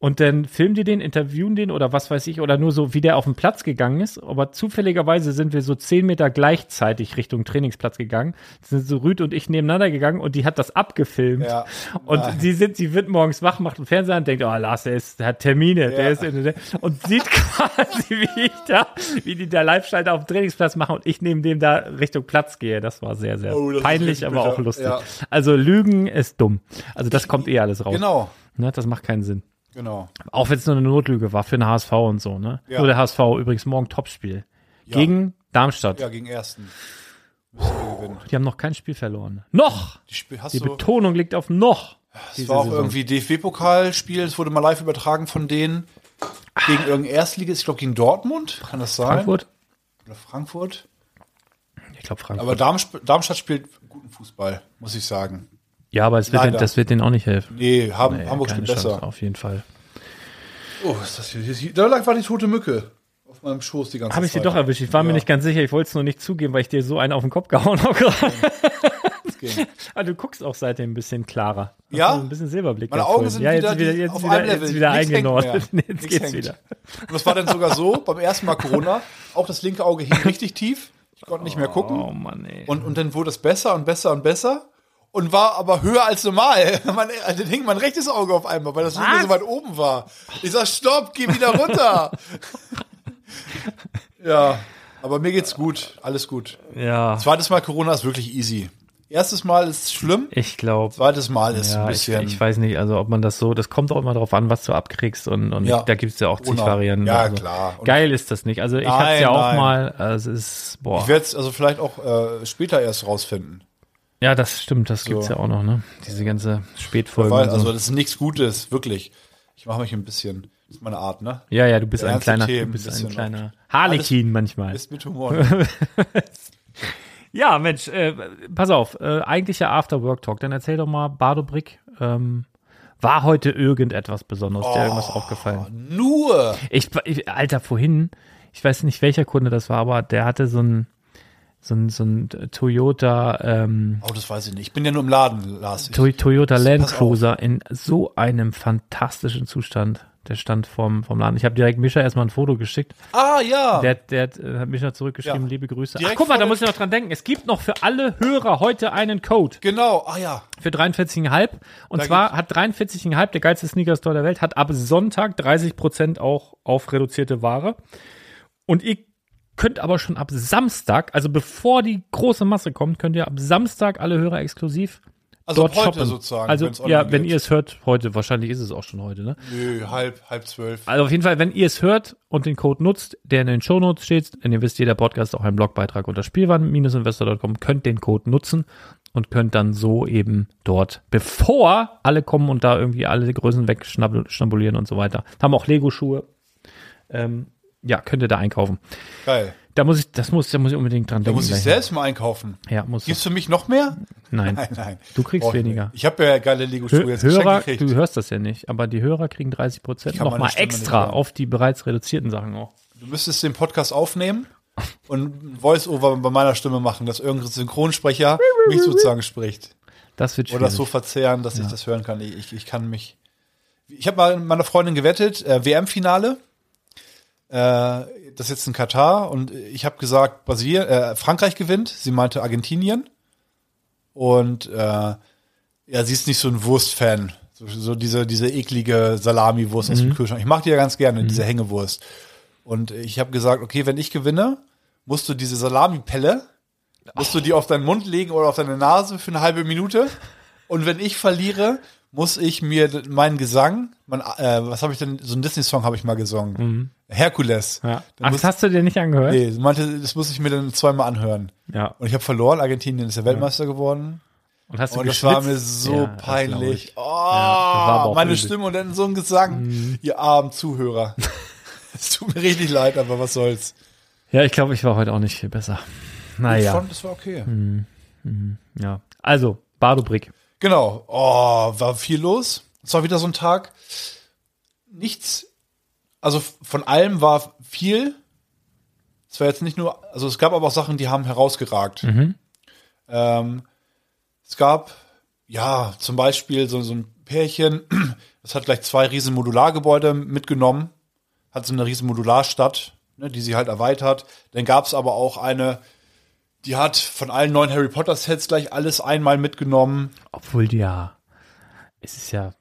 Speaker 1: und dann filmen die den, interviewen den oder was weiß ich, oder nur so, wie der auf den Platz gegangen ist. Aber zufälligerweise sind wir so zehn Meter gleichzeitig Richtung Trainingsplatz gegangen. Sind so Rüd und ich nebeneinander gegangen und die hat das abgefilmt.
Speaker 2: Ja.
Speaker 1: Und
Speaker 2: Nein.
Speaker 1: die sind, die wird morgens wach, macht einen Fernseher an und denkt, oh Lars, der, ist, der hat Termine, der
Speaker 2: Ja.
Speaker 1: ist in der, und sieht quasi, wie ich da, wie die da Live-Schalter auf dem Trainingsplatz machen und ich neben dem da Richtung Platz gehe. Das war sehr, sehr
Speaker 2: Oh, das ist
Speaker 1: peinlich,
Speaker 2: richtig
Speaker 1: aber auch
Speaker 2: bitter.
Speaker 1: lustig.
Speaker 2: Ja.
Speaker 1: Also Lügen ist dumm. Also das kommt eh alles raus.
Speaker 2: Genau,
Speaker 1: Ne, das macht keinen Sinn.
Speaker 2: genau.
Speaker 1: Auch wenn es nur eine Notlüge war für den HSV und so, ne?
Speaker 2: Ja.
Speaker 1: Nur der HSV übrigens morgen Topspiel.
Speaker 2: Ja.
Speaker 1: Gegen Darmstadt.
Speaker 2: Ja, gegen ersten. Müssen wir gewinnen.
Speaker 1: Die haben noch kein Spiel verloren. Noch!
Speaker 2: Die Spiel hast
Speaker 1: Die
Speaker 2: du.
Speaker 1: Betonung liegt auf noch.
Speaker 2: Das war auch
Speaker 1: Saison.
Speaker 2: irgendwie DFB-Pokalspiel, es wurde mal live übertragen von denen. Gegen irgendeinen Erstligist, ich glaube gegen Dortmund, kann das sein?
Speaker 1: Frankfurt?
Speaker 2: Oder Frankfurt.
Speaker 1: Ich glaube Frankfurt.
Speaker 2: Aber Darmsp Darmstadt spielt guten Fußball, muss ich sagen.
Speaker 1: ja, aber es wird
Speaker 2: Leider.
Speaker 1: denen, das wird denen auch nicht helfen.
Speaker 2: Nee, haben,
Speaker 1: Nee,
Speaker 2: Hamburg
Speaker 1: keine
Speaker 2: spielt
Speaker 1: Chance,
Speaker 2: besser.
Speaker 1: auf jeden Fall.
Speaker 2: Oh, ist das hier, hier, da lag war die tote Mücke auf meinem Schoß die ganze Zeit.
Speaker 1: Habe ich sie doch erwischt. Ich war mir
Speaker 2: Ja.
Speaker 1: nicht ganz sicher. Ich wollte es nur nicht zugeben, weil ich dir so einen auf den Kopf gehauen habe. gerade.
Speaker 2: ging.
Speaker 1: Aber du guckst auch seitdem ein bisschen klarer. Hast
Speaker 2: Ja?
Speaker 1: so Ein bisschen Silberblick.
Speaker 2: Meine
Speaker 1: empfohlen.
Speaker 2: Augen sind
Speaker 1: ja, jetzt
Speaker 2: wieder,
Speaker 1: wieder,
Speaker 2: die-
Speaker 1: jetzt
Speaker 2: auf
Speaker 1: wieder,
Speaker 2: einem Level.
Speaker 1: Jetzt wieder
Speaker 2: Nichts hängt
Speaker 1: eingenordet.
Speaker 2: mehr.
Speaker 1: Jetzt
Speaker 2: Nichts
Speaker 1: geht's
Speaker 2: hängt.
Speaker 1: wieder.
Speaker 2: Und das war dann sogar so, beim ersten Mal Corona, auch das linke Auge hing richtig tief. Ich konnte nicht mehr gucken.
Speaker 1: Oh Mann, ey.
Speaker 2: Und, und dann wurde es besser und besser und besser und war aber höher als normal. Man, also dann hing mein rechtes Auge auf einmal, weil das nicht mehr so weit oben war. Ich sag, stopp, geh wieder runter. ja, aber mir geht's gut, alles gut.
Speaker 1: ja,
Speaker 2: Zweites Mal Corona ist wirklich easy. Erstes Mal ist schlimm,
Speaker 1: ich glaube.
Speaker 2: zweites Mal ist ein
Speaker 1: Ja, ich,
Speaker 2: bisschen.
Speaker 1: ich weiß nicht, also ob man das so, das kommt auch immer drauf an, was du abkriegst und, und
Speaker 2: Ja.
Speaker 1: da gibt's ja auch zig
Speaker 2: Corona.
Speaker 1: Varianten.
Speaker 2: Ja,
Speaker 1: also.
Speaker 2: klar. Und-
Speaker 1: Geil ist das nicht. Also ich hab's
Speaker 2: Nein,
Speaker 1: ja auch
Speaker 2: nein.
Speaker 1: mal, also es ist, boah.
Speaker 2: Ich werde es also vielleicht auch äh, später erst rausfinden.
Speaker 1: Ja, das stimmt, das gibt's ja auch noch, ne? Diese ganze Spätfolge.
Speaker 2: Weil,
Speaker 1: und so.
Speaker 2: also das ist nichts Gutes, wirklich. Ich mache mich ein bisschen. Das ist meine Art, ne?
Speaker 1: Ja, ja, du bist ein
Speaker 2: Ernste
Speaker 1: kleiner,
Speaker 2: Themen,
Speaker 1: du bist ein
Speaker 2: bisschen
Speaker 1: kleiner Harlekin manchmal.
Speaker 2: Ist mit Humor. ne?
Speaker 1: Ja, Mensch, äh, pass auf, äh, eigentlicher After-Work-Talk, dann erzähl doch mal, Bardobrick, ähm, war heute irgendetwas Besonderes, dir
Speaker 2: Oh.
Speaker 1: irgendwas aufgefallen?
Speaker 2: Nur.
Speaker 1: Ich, ich, Alter, vorhin, ich weiß nicht, welcher Kunde das war, aber der hatte so ein, so ein, so ein Toyota, ähm,
Speaker 2: Oh, das weiß ich nicht. Ich bin ja nur im Laden, Lars. Ich,
Speaker 1: Toy- Toyota Land
Speaker 2: pass auf.
Speaker 1: Cruiser in so einem fantastischen Zustand. Der stand vom, vom Laden. Ich habe direkt Mischa erstmal ein Foto geschickt.
Speaker 2: ah, ja.
Speaker 1: Der, hat- der hat, äh, hat mich noch zurückgeschrieben,
Speaker 2: Ja.
Speaker 1: liebe Grüße. Ach,
Speaker 2: Direkt
Speaker 1: guck mal,
Speaker 2: vor
Speaker 1: da
Speaker 2: der-
Speaker 1: muss ich noch dran denken. Es gibt noch für alle Hörer heute einen Code
Speaker 2: genau. Ah, ja.
Speaker 1: für 43,5. Und
Speaker 2: Da
Speaker 1: zwar hat 43,5, der geilste Sneaker-Store der Welt, hat ab Sonntag 30% auch auf reduzierte Ware. Und ihr könnt aber schon ab Samstag, also bevor die große Masse kommt, könnt ihr ab Samstag alle Hörer exklusiv
Speaker 2: Also
Speaker 1: dort
Speaker 2: heute
Speaker 1: shoppen.
Speaker 2: sozusagen.
Speaker 1: also
Speaker 2: wenn's online
Speaker 1: ja, wenn
Speaker 2: geht.
Speaker 1: ihr es hört, heute, wahrscheinlich ist es auch schon heute, ne?
Speaker 2: Nö, halb, halb zwölf.
Speaker 1: Also auf jeden Fall, wenn ihr es hört und den Code nutzt, der in den Shownotes steht, denn ihr wisst, jeder Podcast ist auch ein Blogbeitrag unter spielwaren-investor.com, könnt den Code nutzen und könnt dann so eben dort, bevor alle kommen und da irgendwie alle Größen wegschnabulieren und so weiter, haben auch Lego-Schuhe, ähm, ja, könnt ihr da einkaufen.
Speaker 2: Geil.
Speaker 1: Da muss ich, das muss, da muss ich unbedingt dran
Speaker 2: Da
Speaker 1: denken.
Speaker 2: muss ich
Speaker 1: gleich.
Speaker 2: selbst mal einkaufen.
Speaker 1: ja, muss
Speaker 2: Gibt's für mich noch mehr?
Speaker 1: Nein.
Speaker 2: Nein, nein.
Speaker 1: Du kriegst
Speaker 2: Brauch ich
Speaker 1: weniger.
Speaker 2: nicht. Ich habe ja geile Lego-Schuhe
Speaker 1: Hö-
Speaker 2: jetzt geschenkt
Speaker 1: Hörer,
Speaker 2: gekriegt.
Speaker 1: du hörst das ja nicht, aber die Hörer kriegen 30 Prozent
Speaker 2: kann meine
Speaker 1: nochmal
Speaker 2: Stimme nicht
Speaker 1: extra
Speaker 2: hören.
Speaker 1: auf die bereits reduzierten Sachen auch.
Speaker 2: Du müsstest den Podcast aufnehmen und ein Voice-Over bei meiner Stimme machen, dass irgendein Synchronsprecher mich sozusagen spricht.
Speaker 1: Das wird schwierig.
Speaker 2: Oder das so verzerren, dass ich das hören kann. Ich, ich, ich kann mich. Ich habe mal mit meiner Freundin gewettet, äh, WM-Finale. Äh, das ist jetzt in Katar und ich habe gesagt, Brasilien, äh, Frankreich gewinnt. Sie meinte Argentinien. Und äh, Ja, sie ist nicht so ein Wurstfan. So, so diese, diese eklige Salami-Wurst aus
Speaker 1: Mhm.
Speaker 2: dem Kühlschrank. Ich mag die ja ganz gerne, diese Hängewurst. Und ich habe gesagt, okay, wenn ich gewinne, musst du diese Salami-Pelle, musst du die auf deinen Mund legen oder auf deine Nase für eine halbe Minute. Und wenn ich verliere, muss ich mir d- meinen Gesang, mein, äh, was habe ich denn, so einen Disney-Song habe ich mal gesungen. Herkules.
Speaker 1: Mhm. Ja.
Speaker 2: Dann
Speaker 1: Ach,
Speaker 2: muss-
Speaker 1: das hast du dir nicht angehört?
Speaker 2: Nee, sie meinte, das muss ich mir dann zweimal anhören.
Speaker 1: Ja.
Speaker 2: Und ich habe verloren, Argentinien ist der Weltmeister geworden.
Speaker 1: Und hast du
Speaker 2: Und Oh, das
Speaker 1: geschwitzt?
Speaker 2: war mir so
Speaker 1: Ja, das glaub ich.
Speaker 2: peinlich. Oh,
Speaker 1: das war aber auch
Speaker 2: meine
Speaker 1: übel. Mhm.
Speaker 2: Stimme und dann so ein Gesang. Ihr armen Zuhörer. es tut mir richtig leid, aber was soll's.
Speaker 1: Ja, ich glaube, ich war heute auch nicht viel besser.
Speaker 2: Ich
Speaker 1: Naja,
Speaker 2: fand, es war okay.
Speaker 1: ja. Also, Badobrick.
Speaker 2: Genau. Oh, war viel los. Es war wieder so ein Tag. Nichts. Also f- von allem war viel. Es war jetzt nicht nur, also es gab aber auch Sachen, die haben herausgeragt. Ähm, es gab, ja, zum Beispiel so, so ein Pärchen, das hat gleich zwei riesen Modulargebäude mitgenommen, hat so eine riesen Modularstadt, ne, die sie halt erweitert. Dann gab es aber auch eine, die hat von allen neuen Harry Potter Sets gleich alles einmal mitgenommen.
Speaker 1: Obwohl, ja. Es ist ja.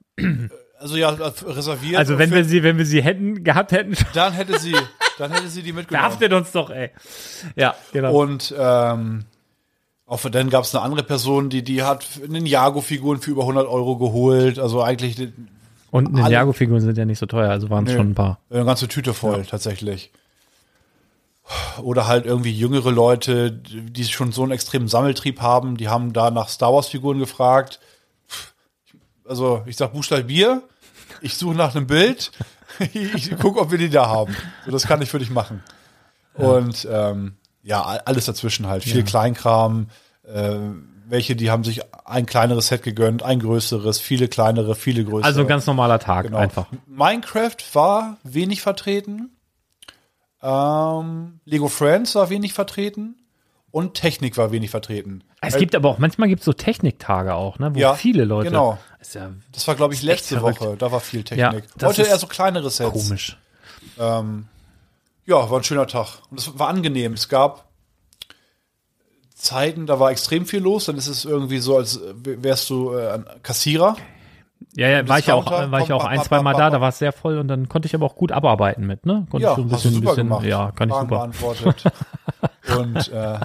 Speaker 2: Also ja, Genau. reserviert.
Speaker 1: Also, wenn wir sie, wenn wir sie hätten, gehabt hätten,
Speaker 2: dann hätte sie, dann hätte sie die mitgenommen.
Speaker 1: verhaftet uns doch, ey. Ja, genau.
Speaker 2: Und ähm, auch dann gab es eine andere Person, die die hat einen Jago-Figuren für über 100 Euro geholt. Also eigentlich den-
Speaker 1: Und
Speaker 2: alle-
Speaker 1: Ninjago-Figuren sind ja nicht so teuer, also waren es
Speaker 2: Nö.
Speaker 1: schon ein paar.
Speaker 2: eine ganze Tüte voll tatsächlich. Oder halt irgendwie jüngere Leute, die schon so einen extremen Sammeltrieb haben, die haben da nach Star Wars-Figuren gefragt. Also ich sag Buchstabier, ich suche nach einem Bild, ich gucke, ob wir die da haben. So, das kann ich für dich machen. Und ähm, ja, a- alles dazwischen halt. Viel Kleinkram, äh, welche, die haben sich ein kleineres Set gegönnt, ein größeres, viele kleinere, viele größere.
Speaker 1: Also ein ganz normaler Tag
Speaker 2: Genau.
Speaker 1: einfach.
Speaker 2: Minecraft war wenig vertreten. Ähm, Lego Friends war wenig vertreten. Und Technik war wenig vertreten.
Speaker 1: Es
Speaker 2: Weil-
Speaker 1: gibt aber auch, manchmal gibt es so Techniktage auch, ne, wo
Speaker 2: Ja,
Speaker 1: viele Leute.
Speaker 2: genau.
Speaker 1: Ist ja
Speaker 2: das war, glaube ich,
Speaker 1: echt
Speaker 2: letzte
Speaker 1: verrückt.
Speaker 2: Woche. Da war viel
Speaker 1: Ja,
Speaker 2: Technik.
Speaker 1: das
Speaker 2: Heute
Speaker 1: ist
Speaker 2: eher so kleinere Sets.
Speaker 1: komisch.
Speaker 2: Ja, war ein schöner Tag. Und es war angenehm. Es gab Zeiten, da war extrem viel los. Dann ist es irgendwie so, als wärst du äh, ein Kassierer.
Speaker 1: Ja, ja, war ich ja auch,
Speaker 2: Discounter,
Speaker 1: war ich ja auch
Speaker 2: pop,
Speaker 1: ein,
Speaker 2: pop,
Speaker 1: zwei Mal
Speaker 2: pop,
Speaker 1: da,
Speaker 2: pop.
Speaker 1: da war es sehr voll und dann konnte ich aber auch gut abarbeiten mit, ne? Konnte ich
Speaker 2: Ja,
Speaker 1: so ein
Speaker 2: hast du
Speaker 1: bisschen,
Speaker 2: super
Speaker 1: bisschen
Speaker 2: gemacht.
Speaker 1: ja, kann ich
Speaker 2: Fragen
Speaker 1: super.
Speaker 2: beantwortet. Und äh,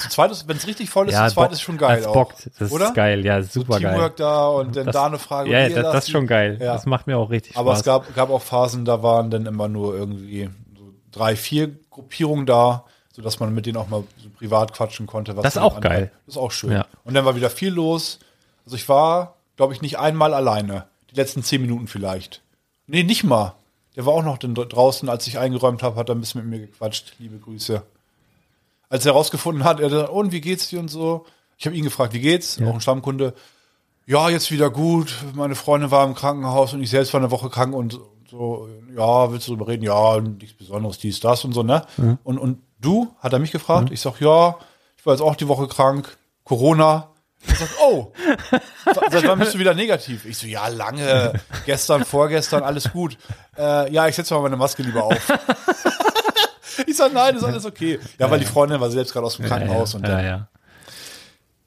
Speaker 2: zu zweit, wenn es richtig voll ist,
Speaker 1: Ja,
Speaker 2: zu zweit
Speaker 1: bock-
Speaker 2: ist schon geil.
Speaker 1: Das
Speaker 2: auch,
Speaker 1: bockt, das
Speaker 2: oder?
Speaker 1: ist geil, ja, super geil.
Speaker 2: Teamwork da und dann
Speaker 1: Das-
Speaker 2: da eine Frage.
Speaker 1: Ja,
Speaker 2: und
Speaker 1: ja,
Speaker 2: hier
Speaker 1: das, das ist schon geil.
Speaker 2: Ja.
Speaker 1: Das macht mir auch richtig
Speaker 2: Aber es
Speaker 1: Spaß.
Speaker 2: gab, gab auch Phasen, da waren dann immer nur irgendwie so drei, vier Gruppierungen da, sodass man mit denen auch mal so privat quatschen konnte. Was
Speaker 1: Das ist
Speaker 2: man
Speaker 1: auch
Speaker 2: andere-
Speaker 1: geil.
Speaker 2: Das ist auch schön.
Speaker 1: Ja.
Speaker 2: Und dann war wieder viel los. Also ich war, glaube ich, nicht einmal alleine. Die letzten zehn Minuten vielleicht. Nee, nicht mal. Der war auch noch dann dr- draußen, als ich eingeräumt habe, hat er ein bisschen mit mir gequatscht. Liebe Grüße. Als er herausgefunden hat, er dann, und wie geht's dir und so. Ich habe ihn gefragt, wie geht's? Auch ein Stammkunde. Ja, jetzt wieder gut. Meine Freundin war im Krankenhaus und ich selbst war eine Woche krank und so, ja, willst du drüber reden? Ja, nichts Besonderes, dies, das und so, ne?
Speaker 1: Mhm.
Speaker 2: Und, und du, hat er mich gefragt? Ich sag, ja, ich war jetzt auch die Woche krank, Corona. Er sagt, oh, seit wann bist du wieder negativ? Ich so, ja, lange, gestern, vorgestern, alles gut. Äh, ja, ich setze mal meine Maske lieber auf. ich sag, nein, ist alles okay. Ja, weil die Freundin war selbst gerade aus dem Krankenhaus und
Speaker 1: ja,
Speaker 2: dann,
Speaker 1: ja.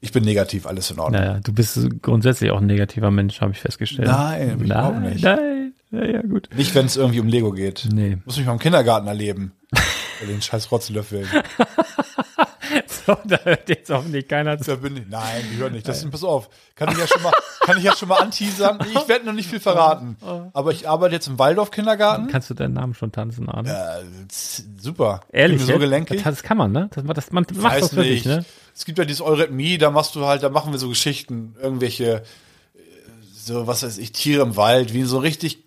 Speaker 2: ich bin negativ, alles in Ordnung.
Speaker 1: Ja, ja, du bist grundsätzlich auch ein negativer Mensch, habe ich festgestellt.
Speaker 2: Nein, bin ich
Speaker 1: nein,
Speaker 2: überhaupt nicht.
Speaker 1: Nein, ja, ja, gut.
Speaker 2: Nicht, wenn es irgendwie um Lego geht.
Speaker 1: Nee.
Speaker 2: Muss mich mal im Kindergarten erleben. Bei den scheiß Rotzlöffeln.
Speaker 1: So, da hört jetzt hoffentlich keiner zu.
Speaker 2: Da bin ich. Nein, die hören nicht. Das, pass auf. Kann ich ja schon mal, kann ich ja schon mal anteasern. Ich werde noch nicht viel verraten.
Speaker 1: Oh,
Speaker 2: Aber ich arbeite jetzt im Waldorf-Kindergarten.
Speaker 1: Kannst du deinen Namen schon tanzen, Arne?
Speaker 2: Äh, z- super.
Speaker 1: Ehrlich,
Speaker 2: Ich bin
Speaker 1: ja?
Speaker 2: so gelenkig.
Speaker 1: Das, das kann man, ne? Das, das, man macht
Speaker 2: Weiß
Speaker 1: das wirklich,
Speaker 2: nicht.
Speaker 1: ne?
Speaker 2: Es gibt ja dieses Eurythmie, da machst du halt, da machen wir so Geschichten, irgendwelche, äh, so was weiß ich, Tiere im Wald, wie in so einem richtig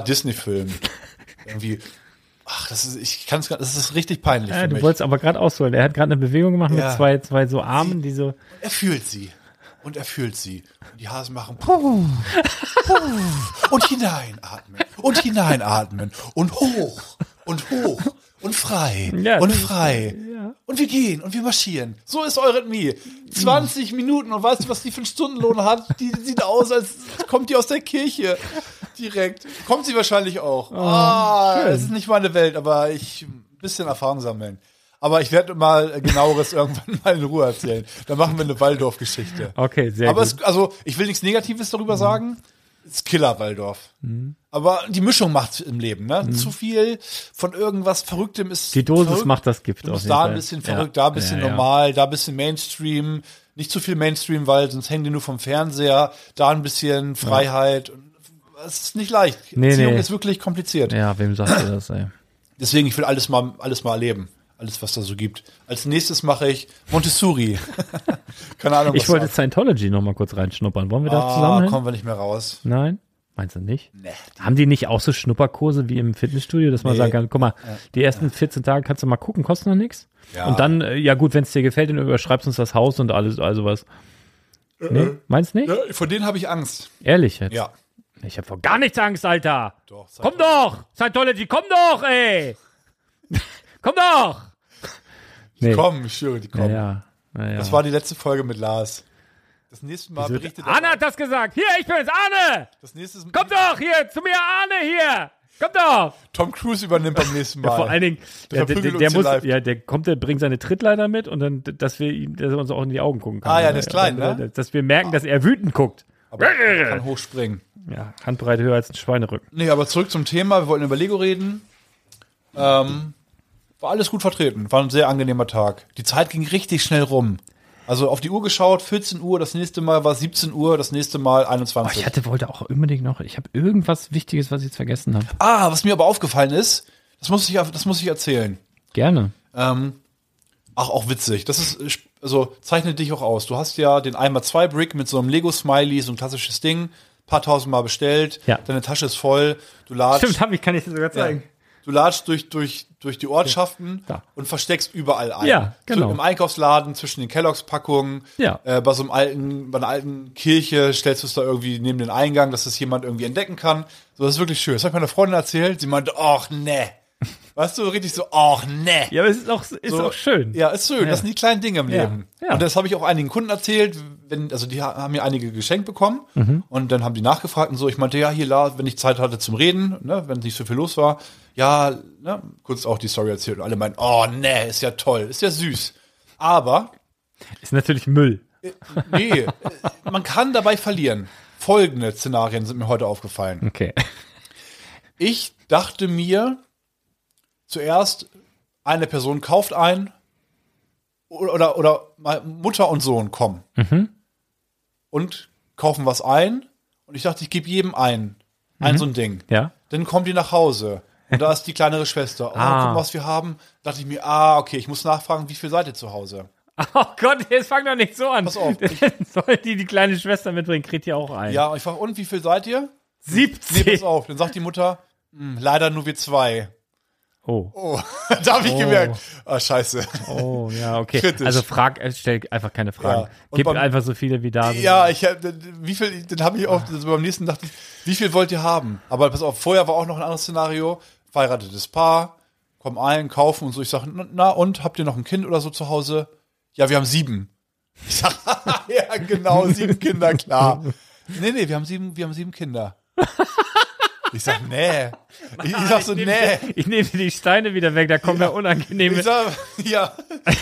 Speaker 2: Disney-Film. Irgendwie. Ach, das ist, ich kann es gar, das ist richtig peinlich
Speaker 1: Ja,
Speaker 2: für
Speaker 1: Äh, du
Speaker 2: mich.
Speaker 1: wolltest aber gerade ausholen. Er hat gerade eine Bewegung gemacht
Speaker 2: Ja.
Speaker 1: mit zwei, zwei so Armen, die so.
Speaker 2: Er fühlt sie. Und er fühlt sie. Und die Hasen machen puh, puh, und hineinatmen und hineinatmen und hoch und hoch und frei
Speaker 1: Ja,
Speaker 2: und
Speaker 1: das-
Speaker 2: frei.
Speaker 1: ja.
Speaker 2: Und wir gehen und wir marschieren. So ist Eurythmie. 20 Minuten und weißt du, was die für einen Stundenlohn hat? Die sieht aus, als kommt die aus der Kirche direkt. Kommt
Speaker 1: Oh,
Speaker 2: sie wahrscheinlich auch. ah, es ist nicht meine Welt, aber ich ein bisschen Erfahrung sammeln. Aber ich werde mal genaueres irgendwann mal in Ruhe erzählen. Dann machen wir eine Waldorf-Geschichte.
Speaker 1: Okay, sehr
Speaker 2: Aber
Speaker 1: gut. Mhm.
Speaker 2: es, also, ich will nichts Negatives darüber sagen. Es ist Killer Waldorf. Aber die Mischung macht im Leben, ne? Zu viel von irgendwas Verrücktem ist.
Speaker 1: Mhm. Die Dosis
Speaker 2: verrückt.
Speaker 1: macht das Gift
Speaker 2: Du
Speaker 1: auf
Speaker 2: musst
Speaker 1: jeden
Speaker 2: da
Speaker 1: Fall.
Speaker 2: ein bisschen
Speaker 1: Ja.
Speaker 2: verrückt, da ein bisschen
Speaker 1: Ja, ja.
Speaker 2: normal, da ein bisschen Mainstream. Nicht zu viel Mainstream, weil sonst hängen die nur vom Fernseher. Da ein bisschen Freiheit. Und Es ist nicht leicht.
Speaker 1: Nee,
Speaker 2: Erziehung
Speaker 1: nee.
Speaker 2: ist wirklich kompliziert.
Speaker 1: Ja, wem sagt ihr das, ey?
Speaker 2: Deswegen, ich will alles mal, alles mal erleben. Alles, was da so gibt. Als nächstes mache ich Montessori. Keine Ahnung, was
Speaker 1: Ich wollte
Speaker 2: da-
Speaker 1: Scientology noch mal kurz reinschnuppern. Wollen wir da
Speaker 2: Ah,
Speaker 1: zusammen hin?
Speaker 2: kommen wir nicht mehr raus.
Speaker 1: Nein? Meinst du nicht?
Speaker 2: Nee.
Speaker 1: Haben die nicht auch so Schnupperkurse wie im Fitnessstudio, dass man
Speaker 2: Nee.
Speaker 1: sagen kann, guck mal, die ersten 14 Tage kannst du mal gucken, kostet noch nichts.
Speaker 2: Ja.
Speaker 1: Und dann, äh, ja gut, wenn es dir gefällt, dann überschreibst du uns das Haus und alles, also was. Nee? Meinst nicht?
Speaker 2: Äh, Ja, Vor denen habe ich Angst.
Speaker 1: Ehrlich jetzt?
Speaker 2: Ja.
Speaker 1: Ich habe vor gar nichts Angst, Alter.
Speaker 2: Doch, sag
Speaker 1: komm doch! Scientology, komm doch, ey! komm doch! Nee.
Speaker 2: Komm, ich schwöre, die
Speaker 1: Ja,
Speaker 2: kommen.
Speaker 1: ja. ja, ja.
Speaker 2: Das war die letzte Folge mit Lars. Das nächste Mal berichtet er-
Speaker 1: Anne hat das gesagt. Hier, ich bin's, Arne!
Speaker 2: Das nächste
Speaker 1: Komm doch hier, zu mir, Arne hier! Komm doch!
Speaker 2: Tom Cruise übernimmt beim nächsten Mal.
Speaker 1: Ja, vor allen Dingen,
Speaker 2: Der
Speaker 1: ja, der, der,
Speaker 2: verprügelt
Speaker 1: der
Speaker 2: uns
Speaker 1: muss,
Speaker 2: hier live.
Speaker 1: ja, der kommt, der bringt seine Trittleiter mit und dann, dass wir ihm, dass er uns auch in die Augen gucken kann.
Speaker 2: Ah, ja, der ist klein,
Speaker 1: Oder-
Speaker 2: ne?
Speaker 1: Dass wir merken, dass er wütend guckt.
Speaker 2: aber er kann hochspringen.
Speaker 1: Ja, Handbreit höher als ein Schweinerücken.
Speaker 2: Nee, aber zurück zum Thema. Wir wollten über Lego reden. Ähm, war alles gut vertreten. War ein sehr angenehmer Tag. Die Zeit ging richtig schnell rum. Also auf die Uhr geschaut, 14 Uhr, das nächste Mal war 17 Uhr, das nächste Mal 21.
Speaker 1: Oh, Ich hatte, wollte auch unbedingt noch, ich habe irgendwas Wichtiges, was ich jetzt vergessen habe.
Speaker 2: ah, was mir aber aufgefallen ist, das muss ich, das muss ich erzählen.
Speaker 1: Gerne.
Speaker 2: Ähm, ach, auch witzig. Das ist, äh, sp- also zeichnet dich auch aus. Du hast ja den Eimer 2 Brick mit so einem Lego-Smiley, so ein klassisches Ding, paar tausend Mal bestellt,
Speaker 1: Ja.
Speaker 2: deine Tasche ist voll, du latschst.
Speaker 1: Stimmt, hab ich, kann ich dir sogar
Speaker 2: Ja.
Speaker 1: zeigen.
Speaker 2: Du latschst durch, durch, durch die Ortschaften
Speaker 1: Da.
Speaker 2: und versteckst überall ein.
Speaker 1: Ja,
Speaker 2: Zu-
Speaker 1: genau.
Speaker 2: Im Einkaufsladen, zwischen den Kelloggs-Packungen,
Speaker 1: Ja.
Speaker 2: äh, bei so einem alten, bei einer alten Kirche stellst du es da irgendwie neben den Eingang, dass das jemand irgendwie entdecken kann. So, das ist wirklich schön. Das hat meiner Freundin erzählt, sie meinte, ach ne. Weißt du, richtig so, ach ne.
Speaker 1: Ja, aber es ist auch, ist
Speaker 2: So,
Speaker 1: auch schön.
Speaker 2: Ja, ist schön.
Speaker 1: Ja.
Speaker 2: Das sind die kleinen Dinge im
Speaker 1: Ja,
Speaker 2: Leben.
Speaker 1: ja.
Speaker 2: Und das habe ich auch einigen Kunden erzählt. Wenn, also die ha- haben mir einige geschenkt bekommen
Speaker 1: Mhm.
Speaker 2: und dann haben die nachgefragt und so. Ich meinte, ja, hier, Lars, wenn ich Zeit hatte zum Reden, ne, wenn nicht so viel los war, ja, ne, kurz auch die Story erzählt und alle meinen, oh nee, ist ja toll, ist ja süß. Aber,
Speaker 1: Ist natürlich Müll.
Speaker 2: nee, äh, man kann dabei verlieren. Folgende Szenarien sind mir heute aufgefallen.
Speaker 1: Okay.
Speaker 2: Ich dachte mir zuerst, eine Person kauft ein oder, oder mal Mutter und Sohn kommen und kaufen was ein. Und ich dachte, ich gebe jedem ein. Ein so ein Ding.
Speaker 1: Ja.
Speaker 2: Dann kommt die nach Hause. Und da ist die kleinere Schwester. Oh,
Speaker 1: Ah.
Speaker 2: guck mal, was wir haben. Dachte ich mir, ah, okay, ich muss nachfragen, wie viel seid ihr zu Hause?
Speaker 1: Oh Gott, jetzt fang doch nicht so an.
Speaker 2: Pass auf,
Speaker 1: Soll die die kleine Schwester mitbringen, kriegt ihr auch ein.
Speaker 2: Ja, und ich frage, und wie viel seid ihr? Nee,
Speaker 1: 17.
Speaker 2: pass auf. Dann sagt die Mutter, hm, leider nur wir zwei.
Speaker 1: oh.
Speaker 2: Oh, da habe ich gemerkt. Ah, scheiße.
Speaker 1: oh, ja, okay.
Speaker 2: Kritisch.
Speaker 1: Also frag, äh, stell einfach keine Fragen.
Speaker 2: Ja. Und
Speaker 1: Gib
Speaker 2: beim-
Speaker 1: einfach so viele wie da sind.
Speaker 2: Ja, ich hab, wie viel, den habe ich auch, also beim nächsten dachte ich, wie viel wollt ihr haben? Aber pass auf, vorher war auch noch ein anderes Szenario, verheiratetes Paar, kommen ein, kaufen und so. Ich sage, na und, habt ihr noch ein Kind oder so zu Hause? Ja, wir haben sieben. Ich sag, ja genau, sieben Kinder, klar. Nee, nee, wir haben sieben, wir haben sieben Kinder. Ich sag, nee. Ich, ich sag so,
Speaker 1: Ich
Speaker 2: nee.
Speaker 1: nehm- Ich nehme die Steine wieder weg, da kommen ja, unangenehme.
Speaker 2: Ich sag, ja.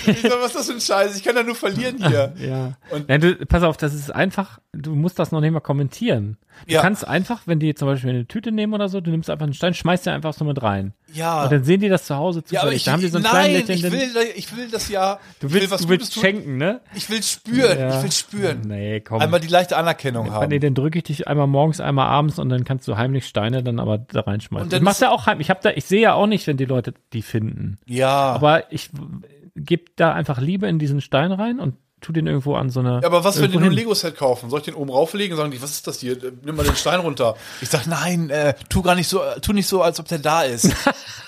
Speaker 2: Ich sag, was ist das für ein Scheiß? Ich kann da nur verlieren hier.
Speaker 1: Ja.
Speaker 2: Und-
Speaker 1: Nein, du, pass auf, das ist einfach, du musst das noch nicht mal kommentieren. Du
Speaker 2: Ja.
Speaker 1: kannst einfach, wenn die zum Beispiel eine Tüte nehmen oder so, du nimmst einfach einen Stein, schmeißt den einfach so mit rein.
Speaker 2: Ja.
Speaker 1: Und dann sehen die das zu Hause zufällig.
Speaker 2: Ja, aber ich,
Speaker 1: da haben die so einen kleinen
Speaker 2: nein, ich
Speaker 1: lächelnden-
Speaker 2: will, da- ich will das ja.
Speaker 1: Du
Speaker 2: ich will
Speaker 1: willst,
Speaker 2: was
Speaker 1: du willst
Speaker 2: Gutes tun.
Speaker 1: schenken, ne?
Speaker 2: Ich will spüren.
Speaker 1: Ja.
Speaker 2: Ich will spüren.
Speaker 1: Nee, komm. Ah,
Speaker 2: Einmal die leichte Anerkennung haben.
Speaker 1: nee, dann drücke ich dich einmal morgens, einmal abends und dann kannst du heimlich Steine dann aber da reinschmeißen.
Speaker 2: Und dann
Speaker 1: Ich mach's
Speaker 2: ist-
Speaker 1: ja auch heim. Ich hab da, ich sehe ja auch nicht, wenn die Leute die finden.
Speaker 2: ja. Aber,
Speaker 1: Aber ich gebe da einfach Liebe in diesen Stein rein und tu den irgendwo an so eine.
Speaker 2: was, wenn die
Speaker 1: irgendwo
Speaker 2: nur ein
Speaker 1: hin.
Speaker 2: Lego-Set kaufen? Soll ich den oben rauflegen? Sagen die, was ist das hier? Äh, Nimm mal den Stein runter. Ich sag, nein, äh, tu gar nicht so, äh, tu nicht so, als ob der da ist.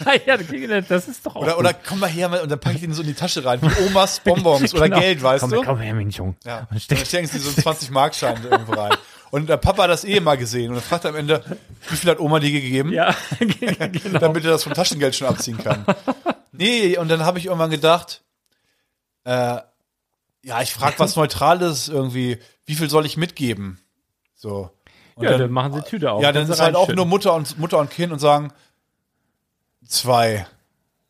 Speaker 1: Ah, ja, das- das ist doch auch.
Speaker 2: Oder,
Speaker 1: gut.
Speaker 2: oder komm mal her mal- und dann packe ich den so in die Tasche rein. Wie Omas Bonbons oder
Speaker 1: Genau.
Speaker 2: Geld, weißt
Speaker 1: komm,
Speaker 2: du?
Speaker 1: Komm her, mein Junge.
Speaker 2: Ja.
Speaker 1: Und
Speaker 2: Dann
Speaker 1: steck-
Speaker 2: stecken sie so einen 20-Mark-Schein irgendwo rein. Und der Papa hat das eh mal gesehen und dann fragt er am Ende, wie viel hat Oma dir gegeben?
Speaker 1: Ja, genau.
Speaker 2: damit er das vom Taschengeld schon abziehen kann. Nee, und dann habe ich irgendwann gedacht, äh, ja, ich frage was Neutrales irgendwie, wie viel soll ich mitgeben? So. Und
Speaker 1: Ja, dann machen sie die Tüte auf.
Speaker 2: ja, dann
Speaker 1: Kannst
Speaker 2: ist
Speaker 1: du
Speaker 2: halt auch
Speaker 1: reinschütten.
Speaker 2: nur Mutter und, Mutter und Kind und sagen, zwei.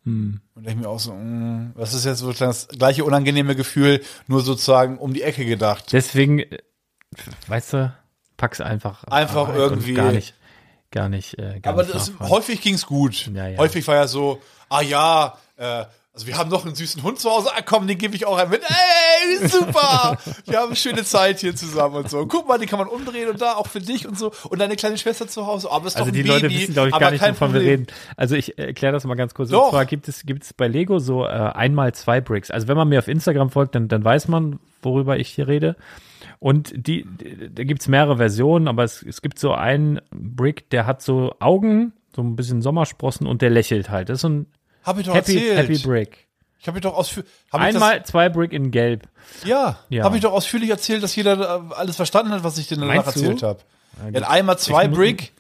Speaker 1: Hm.
Speaker 2: Und ich mir auch so, mm, das ist jetzt sozusagen das gleiche unangenehme Gefühl, nur sozusagen um die Ecke gedacht.
Speaker 1: Deswegen, äh, weißt du, pack's einfach.
Speaker 2: Einfach
Speaker 1: rein und
Speaker 2: irgendwie.
Speaker 1: Gar nicht, gar nicht, äh, gar
Speaker 2: Aber
Speaker 1: nicht
Speaker 2: das,
Speaker 1: nachfragen.
Speaker 2: häufig ging's gut.
Speaker 1: Ja, ja.
Speaker 2: Häufig war ja so, ah ja, äh, also wir haben noch einen süßen Hund zu Hause, ah komm, den gebe ich auch einem mit. Ey, super! wir haben eine schöne Zeit hier zusammen und so. Guck mal, die kann man umdrehen und da auch für dich und so. Und deine kleine Schwester zu Hause, aber ist
Speaker 1: Also
Speaker 2: doch ein
Speaker 1: die
Speaker 2: Baby,
Speaker 1: Leute wissen, glaube ich,
Speaker 2: aber
Speaker 1: gar nicht,
Speaker 2: kein
Speaker 1: wovon wir
Speaker 2: Problem.
Speaker 1: reden. Also ich erkläre das mal ganz kurz.
Speaker 2: Doch.
Speaker 1: Und zwar gibt es, gibt es bei Lego so äh, einmal zwei Bricks. Also wenn man mir auf Instagram folgt, dann, dann weiß man, worüber ich hier rede. Und die, die da gibt es mehrere Versionen, aber es, es gibt so einen Brick, der hat so Augen, so ein bisschen Sommersprossen und der lächelt halt. Das ist so ein
Speaker 2: Hab ich doch
Speaker 1: Happy,
Speaker 2: erzählt.
Speaker 1: Happy Brick.
Speaker 2: ich habe doch ausführlich. Hab
Speaker 1: Einmal
Speaker 2: Ich
Speaker 1: zwei Brick in Gelb.
Speaker 2: das, ja,
Speaker 1: Ja.
Speaker 2: habe ich doch ausführlich erzählt, dass jeder äh, alles verstanden hat, was ich denn danach
Speaker 1: Meinst du?
Speaker 2: erzählt habe. Ja, einmal zwei
Speaker 1: muss-
Speaker 2: Brick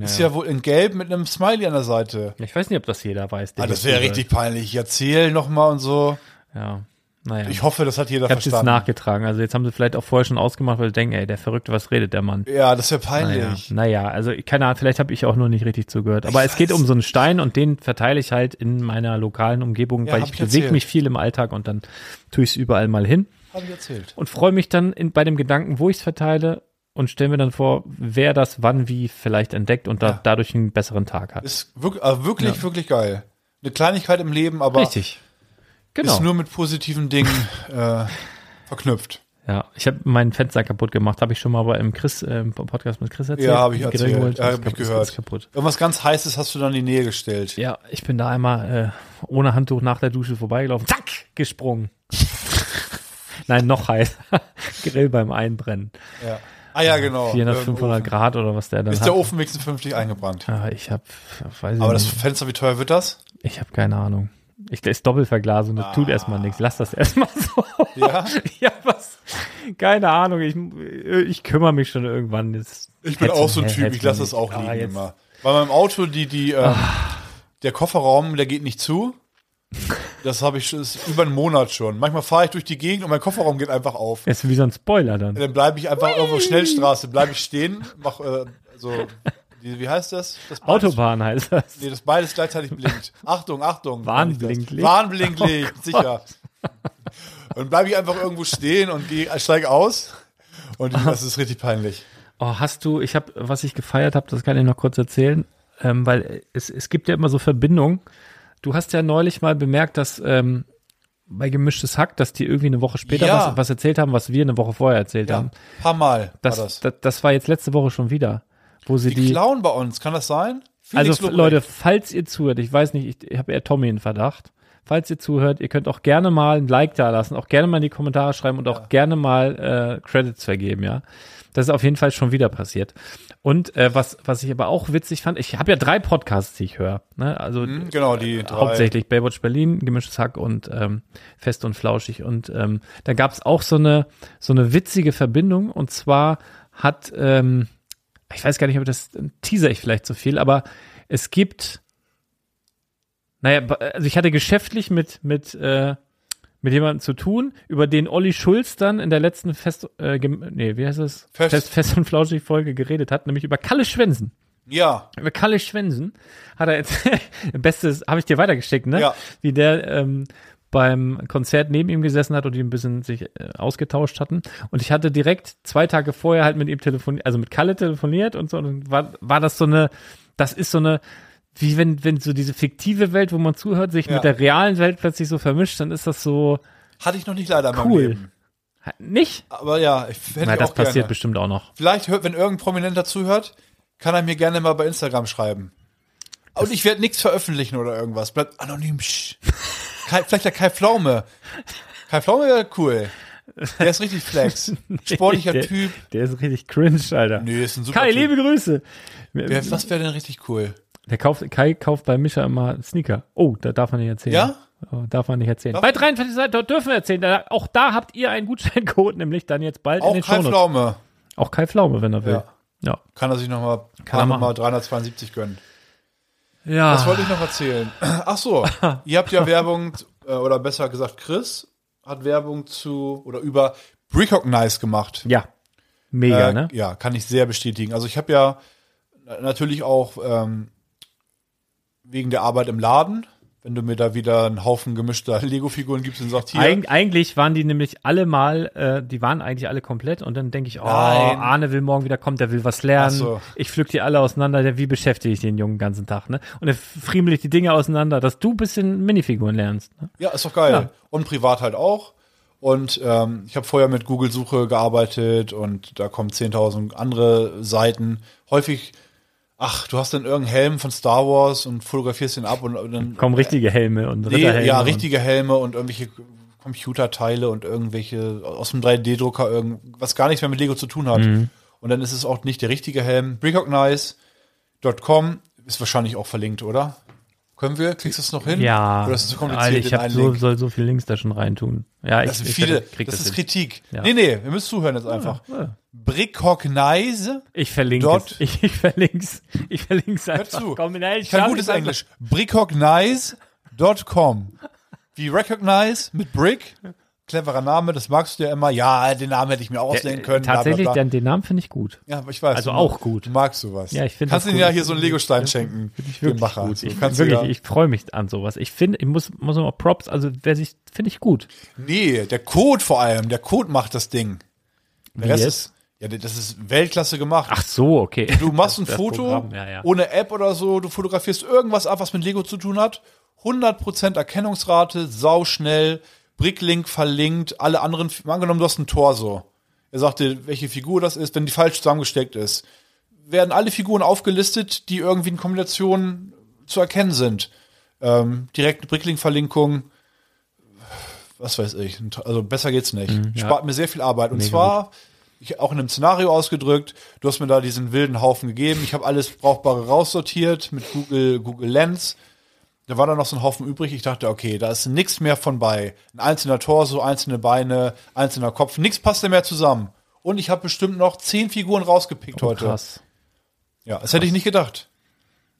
Speaker 2: ist ja wohl in Gelb mit einem Smiley an der Seite.
Speaker 1: Ich weiß nicht, ob das jeder weiß. der
Speaker 2: Ah, das
Speaker 1: hier
Speaker 2: wäre
Speaker 1: zuhört.
Speaker 2: richtig peinlich. Ich erzähl noch mal und so.
Speaker 1: Ja. Naja.
Speaker 2: Ich hoffe, das hat jeder
Speaker 1: Ich habe jetzt
Speaker 2: verstanden.
Speaker 1: nachgetragen. Also jetzt haben sie vielleicht auch vorher schon ausgemacht, weil sie denken, ey, der Verrückte, was redet der Mann?
Speaker 2: ja, das wäre
Speaker 1: Naja,
Speaker 2: peinlich.
Speaker 1: naja also ich- keine Ahnung, vielleicht habe ich auch nur nicht richtig zugehört. Aber
Speaker 2: Ich
Speaker 1: es geht
Speaker 2: weiß
Speaker 1: um so einen Stein und den verteile ich halt in meiner lokalen Umgebung,
Speaker 2: Ja,
Speaker 1: weil
Speaker 2: hab
Speaker 1: ich
Speaker 2: ich
Speaker 1: bewege
Speaker 2: erzählt.
Speaker 1: mich viel im Alltag und dann tue ich es überall mal hin
Speaker 2: Habe ich erzählt.
Speaker 1: und freue mich dann in, bei dem Gedanken, wo ich es verteile und stelle mir dann vor, wer das wann wie vielleicht entdeckt und da, dadurch einen besseren Tag hat.
Speaker 2: Ist wirklich, äh, wirklich, wirklich geil. Eine Kleinigkeit im Leben, aber
Speaker 1: Richtig. Genau.
Speaker 2: ist nur mit positiven Dingen äh, verknüpft.
Speaker 1: Ja, ich habe meinen Fenster kaputt gemacht. Habe ich schon mal bei im Chris äh, im Podcast mit Chris erzählt.
Speaker 2: Ja, habe ich
Speaker 1: Grill
Speaker 2: erzählt.
Speaker 1: geholt,
Speaker 2: Ja,
Speaker 1: das
Speaker 2: habe ich
Speaker 1: kaputt- das
Speaker 2: gehört.
Speaker 1: ist kaputt.
Speaker 2: Irgendwas ganz Heißes hast du dann in die Nähe gestellt.
Speaker 1: Ja, ich bin da einmal äh, ohne Handtuch nach der Dusche vorbeigelaufen. Zack, gesprungen. Nein, noch heiß. Grill beim Einbrennen.
Speaker 2: Ja. Ah ja, genau.
Speaker 1: 400,
Speaker 2: Irgendein
Speaker 1: 500
Speaker 2: Ofen.
Speaker 1: Grad oder was der dann
Speaker 2: Ist
Speaker 1: hat.
Speaker 2: der Ofen wenigstens 50 eingebrannt.
Speaker 1: Ja, ich habe, weiß ich
Speaker 2: Aber das
Speaker 1: nicht.
Speaker 2: Fenster, wie teuer wird das?
Speaker 1: Ich habe keine Ahnung. Ich, der ist doppelverglas und das tut erstmal nichts. Lass das erstmal so.
Speaker 2: Ja?
Speaker 1: ja, was? Keine Ahnung. Ich, äh, ich kümmere mich schon irgendwann. Jetzt
Speaker 2: Ich bin
Speaker 1: Hetz-
Speaker 2: auch so ein
Speaker 1: Hetz-
Speaker 2: Typ, ich
Speaker 1: Hetz-
Speaker 2: lasse das auch
Speaker 1: Ja,
Speaker 2: liegen
Speaker 1: Ah, jetzt- Ah.
Speaker 2: immer. Bei meinem Auto, die, die, ähm, der Kofferraum, der geht nicht zu. Das habe ich schon- ist über einen Monat schon. Manchmal fahre ich durch die Gegend und mein Kofferraum geht einfach auf.
Speaker 1: Das ist wie so ein Spoiler dann.
Speaker 2: Dann bleibe ich einfach irgendwo Schnellstraße, bleibe ich stehen, mach äh, so, die, wie heißt das? das beides-
Speaker 1: Autobahn heißt das.
Speaker 2: Nee, das beides gleichzeitig blinkt. Achtung, Achtung.
Speaker 1: Warnblinklicht?
Speaker 2: Warnblinklicht,
Speaker 1: Oh
Speaker 2: sicher. Und bleibe ich einfach irgendwo stehen und gehe, steige aus. Und das ist richtig peinlich.
Speaker 1: Oh, hast du, ich habe, was ich gefeiert habe, das kann ich noch kurz erzählen, ähm, weil es, es gibt ja immer so Verbindungen. Du hast ja neulich mal bemerkt, dass ähm, bei gemischtes Hack, dass die irgendwie eine Woche später
Speaker 2: Ja.
Speaker 1: was, was erzählt haben, was wir eine Woche vorher erzählt
Speaker 2: Ja,
Speaker 1: haben.
Speaker 2: ein paar Mal
Speaker 1: Das,
Speaker 2: war
Speaker 1: das.
Speaker 2: das.
Speaker 1: Das, war jetzt letzte Woche schon wieder, wo sie
Speaker 2: Die,
Speaker 1: die.
Speaker 2: klauen bei uns, kann das sein?
Speaker 1: also
Speaker 2: Felix Lobrecht.
Speaker 1: Leute, falls ihr zuhört, ich weiß nicht, ich, ich habe eher Tommy in Verdacht. Falls ihr zuhört, ihr könnt auch gerne mal ein Like da lassen, auch gerne mal in die Kommentare schreiben und auch gerne mal äh, Credits vergeben, ja. Das ist auf jeden Fall schon wieder passiert. Und äh, was, was ich aber auch witzig fand, ich habe ja drei Podcasts, die ich höre. Ne? Also
Speaker 2: Hm, Genau, die drei.
Speaker 1: hauptsächlich Baywatch Berlin, gemischtes Hack und ähm, fest und flauschig. Und ähm, da gab es auch so eine so eine witzige Verbindung. Und zwar hat, ähm, ich weiß gar nicht, ob das ähm, teaser ich vielleicht zu viel, aber es gibt, naja, ba- also ich hatte geschäftlich mit mit äh, mit jemandem zu tun, über den Olli Schulz dann in der letzten Fest, äh, gem- nee, wie heißt das?
Speaker 2: Fest.
Speaker 1: Fest, Fest und flauschig Folge geredet hat, nämlich über Kalle Schwensen.
Speaker 2: Ja,
Speaker 1: Über Kalle Schwensen hat er jetzt, bestes, habe ich dir weitergeschickt, ne?
Speaker 2: Ja.
Speaker 1: Wie der ähm, beim Konzert neben ihm gesessen hat und die ein bisschen sich äh, ausgetauscht hatten. Und ich hatte direkt zwei Tage vorher halt mit ihm telefoniert, also mit Kalle telefoniert und so. Und dann war, war das so eine, das ist so eine, wie wenn, wenn so diese fiktive Welt, wo man zuhört, sich
Speaker 2: Ja.
Speaker 1: mit der realen Welt plötzlich so vermischt, dann ist das so
Speaker 2: hatte ich noch nicht leider in meinem
Speaker 1: Cool.
Speaker 2: Leben.
Speaker 1: nicht.
Speaker 2: Aber ja, ich hätte
Speaker 1: Na,
Speaker 2: ich
Speaker 1: das
Speaker 2: auch gerne.
Speaker 1: passiert bestimmt auch noch.
Speaker 2: Vielleicht, hört, wenn irgendein Prominenter zuhört, kann er mir gerne mal bei Instagram schreiben. Und ich werde nichts veröffentlichen oder irgendwas. Bleibt anonym. psch. Kai, vielleicht der Kai Pflaume. Kai Pflaume wäre cool. Der ist richtig flex. Sportlicher
Speaker 1: der,
Speaker 2: Typ.
Speaker 1: Der ist richtig cringe, Alter.
Speaker 2: Nee, ist ein super
Speaker 1: Kai,
Speaker 2: Typ.
Speaker 1: liebe Grüße.
Speaker 2: Wer, was wäre denn richtig cool?
Speaker 1: Der kauft, Kai kauft bei Mischa immer Sneaker. Oh, da darf man nicht erzählen.
Speaker 2: Ja?
Speaker 1: Oh, darf man nicht erzählen. Bei 43 Seiten, dort dürfen wir erzählen. Da, auch da habt ihr einen Gutscheincode, nämlich dann jetzt bald in
Speaker 2: Auch
Speaker 1: den
Speaker 2: Kai
Speaker 1: Shownotes.
Speaker 2: Pflaume.
Speaker 1: Auch Kai Pflaume, wenn er will. Ja.
Speaker 2: Kann er sich nochmal
Speaker 1: er
Speaker 2: noch mal
Speaker 1: machen.
Speaker 2: 372 gönnen.
Speaker 1: Ja.
Speaker 2: Was wollte ich noch erzählen? Ach so, ihr habt ja Werbung, äh, oder besser gesagt, Chris hat Werbung zu oder über Recognize gemacht.
Speaker 1: ja. Mega,
Speaker 2: Äh,
Speaker 1: ne?
Speaker 2: Ja, kann ich sehr bestätigen. Also ich habe ja na- natürlich auch ähm, wegen der Arbeit im Laden wenn du mir da wieder einen Haufen gemischter Lego-Figuren gibst und sagst, hier,
Speaker 1: Eig eigentlich waren die nämlich alle mal, äh, die waren eigentlich alle komplett und dann denke ich, oh,
Speaker 2: Nein.
Speaker 1: Arne will morgen wieder kommen, der will was lernen.
Speaker 2: Ach so.
Speaker 1: Ich pflück die alle auseinander, der, wie beschäftige ich den Jungen den ganzen Tag, ne? Und dann friemel ich die Dinge auseinander, dass du ein bisschen Minifiguren lernst. Ne?
Speaker 2: Ja, ist doch geil.
Speaker 1: Ja.
Speaker 2: Und privat halt auch. Und ähm, ich habe vorher mit Google-Suche gearbeitet und da kommen 10.000 andere Seiten. Häufig, ach, du hast dann irgendeinen Helm von Star Wars und fotografierst den ab und, und dann
Speaker 1: Kommen richtige Helme und
Speaker 2: Nee,
Speaker 1: Ritterhelme.
Speaker 2: ja,
Speaker 1: und-
Speaker 2: richtige Helme und irgendwelche Computerteile und irgendwelche aus dem 3D-Drucker, irgend- was gar nichts mehr mit Lego zu tun hat.
Speaker 1: Mhm.
Speaker 2: Und dann ist es auch nicht der richtige Helm. Recognize.com ist wahrscheinlich auch verlinkt, oder? Können wir? Kriegst du es noch hin?
Speaker 1: Ja,
Speaker 2: Oder ist es zu kompliziert?
Speaker 1: Alter, ich
Speaker 2: den
Speaker 1: hab
Speaker 2: einen
Speaker 1: so,
Speaker 2: Link?
Speaker 1: soll so viel Links da schon reintun. Ja, ich,
Speaker 2: Das sind
Speaker 1: ich
Speaker 2: viele.
Speaker 1: krieg
Speaker 2: das,
Speaker 1: das,
Speaker 2: ist
Speaker 1: hin.
Speaker 2: Kritik.
Speaker 1: Ja.
Speaker 2: Nee, nee, wir müssen zuhören jetzt einfach.
Speaker 1: ja.
Speaker 2: Bricognize.
Speaker 1: Ich verlinke
Speaker 2: Dort-
Speaker 1: es. Ich, ich verlinke es. Ich verlinke es einfach.
Speaker 2: zu.
Speaker 1: Komm, nein, ich
Speaker 2: Ich kann
Speaker 1: schaff
Speaker 2: gutes
Speaker 1: es einfach.
Speaker 2: Englisch. Bricognize.com. Wie Recognize mit Brick. Cleverer Name, das magst du ja immer. Ja, den Namen hätte ich mir ausdenken können. bla, bla,
Speaker 1: Äh, Tatsächlich,
Speaker 2: bla.
Speaker 1: Den, den Namen finde ich gut.
Speaker 2: Ja, aber ich weiß.
Speaker 1: Also
Speaker 2: du-
Speaker 1: auch gut.
Speaker 2: Du magst sowas.
Speaker 1: Ja, ich finde
Speaker 2: Kannst
Speaker 1: das
Speaker 2: du
Speaker 1: gut.
Speaker 2: ja hier so einen Legostein schenken.
Speaker 1: Finde ich
Speaker 2: dem
Speaker 1: wirklich
Speaker 2: Macher.
Speaker 1: gut.
Speaker 2: So
Speaker 1: Ich,
Speaker 2: kannst du
Speaker 1: wirklich,
Speaker 2: ja-
Speaker 1: ich freue mich an sowas. Ich finde, ich muss, muss immer Props, also wer sich, finde ich gut.
Speaker 2: Nee, der Code vor allem. Der Code macht das Ding. Der
Speaker 1: Wie
Speaker 2: Rest
Speaker 1: jetzt?
Speaker 2: ist, ja, das ist Weltklasse gemacht.
Speaker 1: Ach so, okay.
Speaker 2: Du machst ein
Speaker 1: das
Speaker 2: Foto
Speaker 1: Programm, ja, ja.
Speaker 2: ohne App oder so, du fotografierst irgendwas ab, was mit Lego zu tun hat. 100% Erkennungsrate, sauschnell, Bricklink verlinkt, alle anderen, mal angenommen, du hast ein Torso. Er sagt dir, welche Figur das ist, wenn die falsch zusammengesteckt ist. Werden alle Figuren aufgelistet, die irgendwie in Kombination zu erkennen sind. Ähm, direkte Bricklink-Verlinkung, was weiß ich. Ein To- Also besser geht's nicht.
Speaker 1: Mhm, ja.
Speaker 2: Spart mir sehr viel Arbeit. Und zwar ich, auch in einem Szenario ausgedrückt. Du hast mir da diesen wilden Haufen gegeben. Ich habe alles Brauchbare raussortiert mit Google, Google Lens. Da war dann noch so ein Haufen übrig. Ich dachte, okay, da ist nichts mehr von bei. Ein einzelner Torso, einzelne Beine, einzelner Kopf. Nichts passte mehr zusammen. Und ich habe bestimmt noch zehn Figuren rausgepickt heute.
Speaker 1: Oh, Krass.
Speaker 2: Ja, das hätte ich nicht gedacht.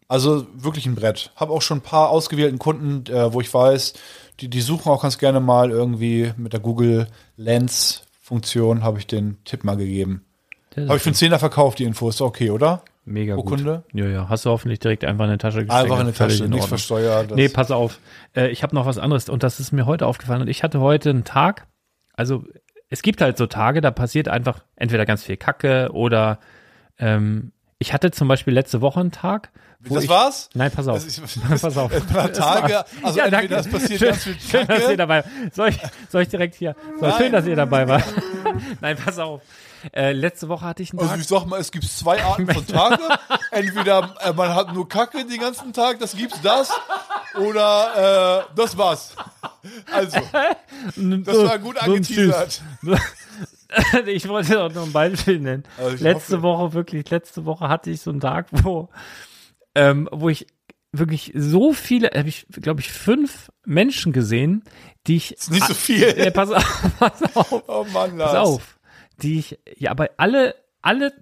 Speaker 2: Also wirklich ein Brett. Habe auch schon ein paar ausgewählten Kunden, äh, wo ich weiß, die, die suchen auch ganz gerne mal irgendwie mit der Google Lens Funktion, habe ich den Tipp mal gegeben.
Speaker 1: Das
Speaker 2: Habe ich
Speaker 1: ist
Speaker 2: für einen Zehner verkauft, die Info. Ist doch okay, oder?
Speaker 1: mega gut.
Speaker 2: Urkunde?
Speaker 1: Ja, ja. Hast du hoffentlich direkt einfach in eine Tasche gesteckt.
Speaker 2: Einfach in eine
Speaker 1: Völlig
Speaker 2: Tasche, nichts
Speaker 1: Ordnung.
Speaker 2: versteuert. das-
Speaker 1: Nee, pass auf. Äh, ich habe noch was anderes und das ist mir heute aufgefallen. Und ich hatte heute einen Tag, also es gibt halt so Tage, da passiert einfach entweder ganz viel Kacke oder ähm, ich hatte zum Beispiel letzte Woche einen Tag. wo
Speaker 2: das
Speaker 1: ich,
Speaker 2: war's?
Speaker 1: Nein, pass auf.
Speaker 2: Das ist-
Speaker 1: pass auf.
Speaker 2: Es waren
Speaker 1: Das
Speaker 2: Tage,
Speaker 1: war's.
Speaker 2: also entweder es passiert
Speaker 1: schön,
Speaker 2: ganz viel
Speaker 1: schön, dass
Speaker 2: Kacke.
Speaker 1: ihr dabei Soll ich, soll ich direkt hier? So, schön,
Speaker 2: Nein.
Speaker 1: dass ihr dabei wart. nein, pass auf. Äh, letzte Woche hatte ich einen
Speaker 2: Also
Speaker 1: Tag.
Speaker 2: ich sag mal, es gibt zwei Arten von Tage. Entweder äh, man hat nur Kacke den ganzen Tag, das gibt's das. Oder äh, das war's. Also, das war gut
Speaker 1: so ein Süß.
Speaker 2: angeteasert.
Speaker 1: ich wollte auch noch ein Beispiel nennen.
Speaker 2: Also ich
Speaker 1: letzte
Speaker 2: hoffe-
Speaker 1: Woche, wirklich, letzte Woche hatte ich so einen Tag, wo, ähm, wo ich wirklich so viele, habe ich, glaube ich, fünf Menschen gesehen, die ich.
Speaker 2: Ist nicht so viel.
Speaker 1: Äh, pass auf, pass auf,
Speaker 2: Oh Mann, Lars.
Speaker 1: pass auf. Die ich, ja, aber alle, alle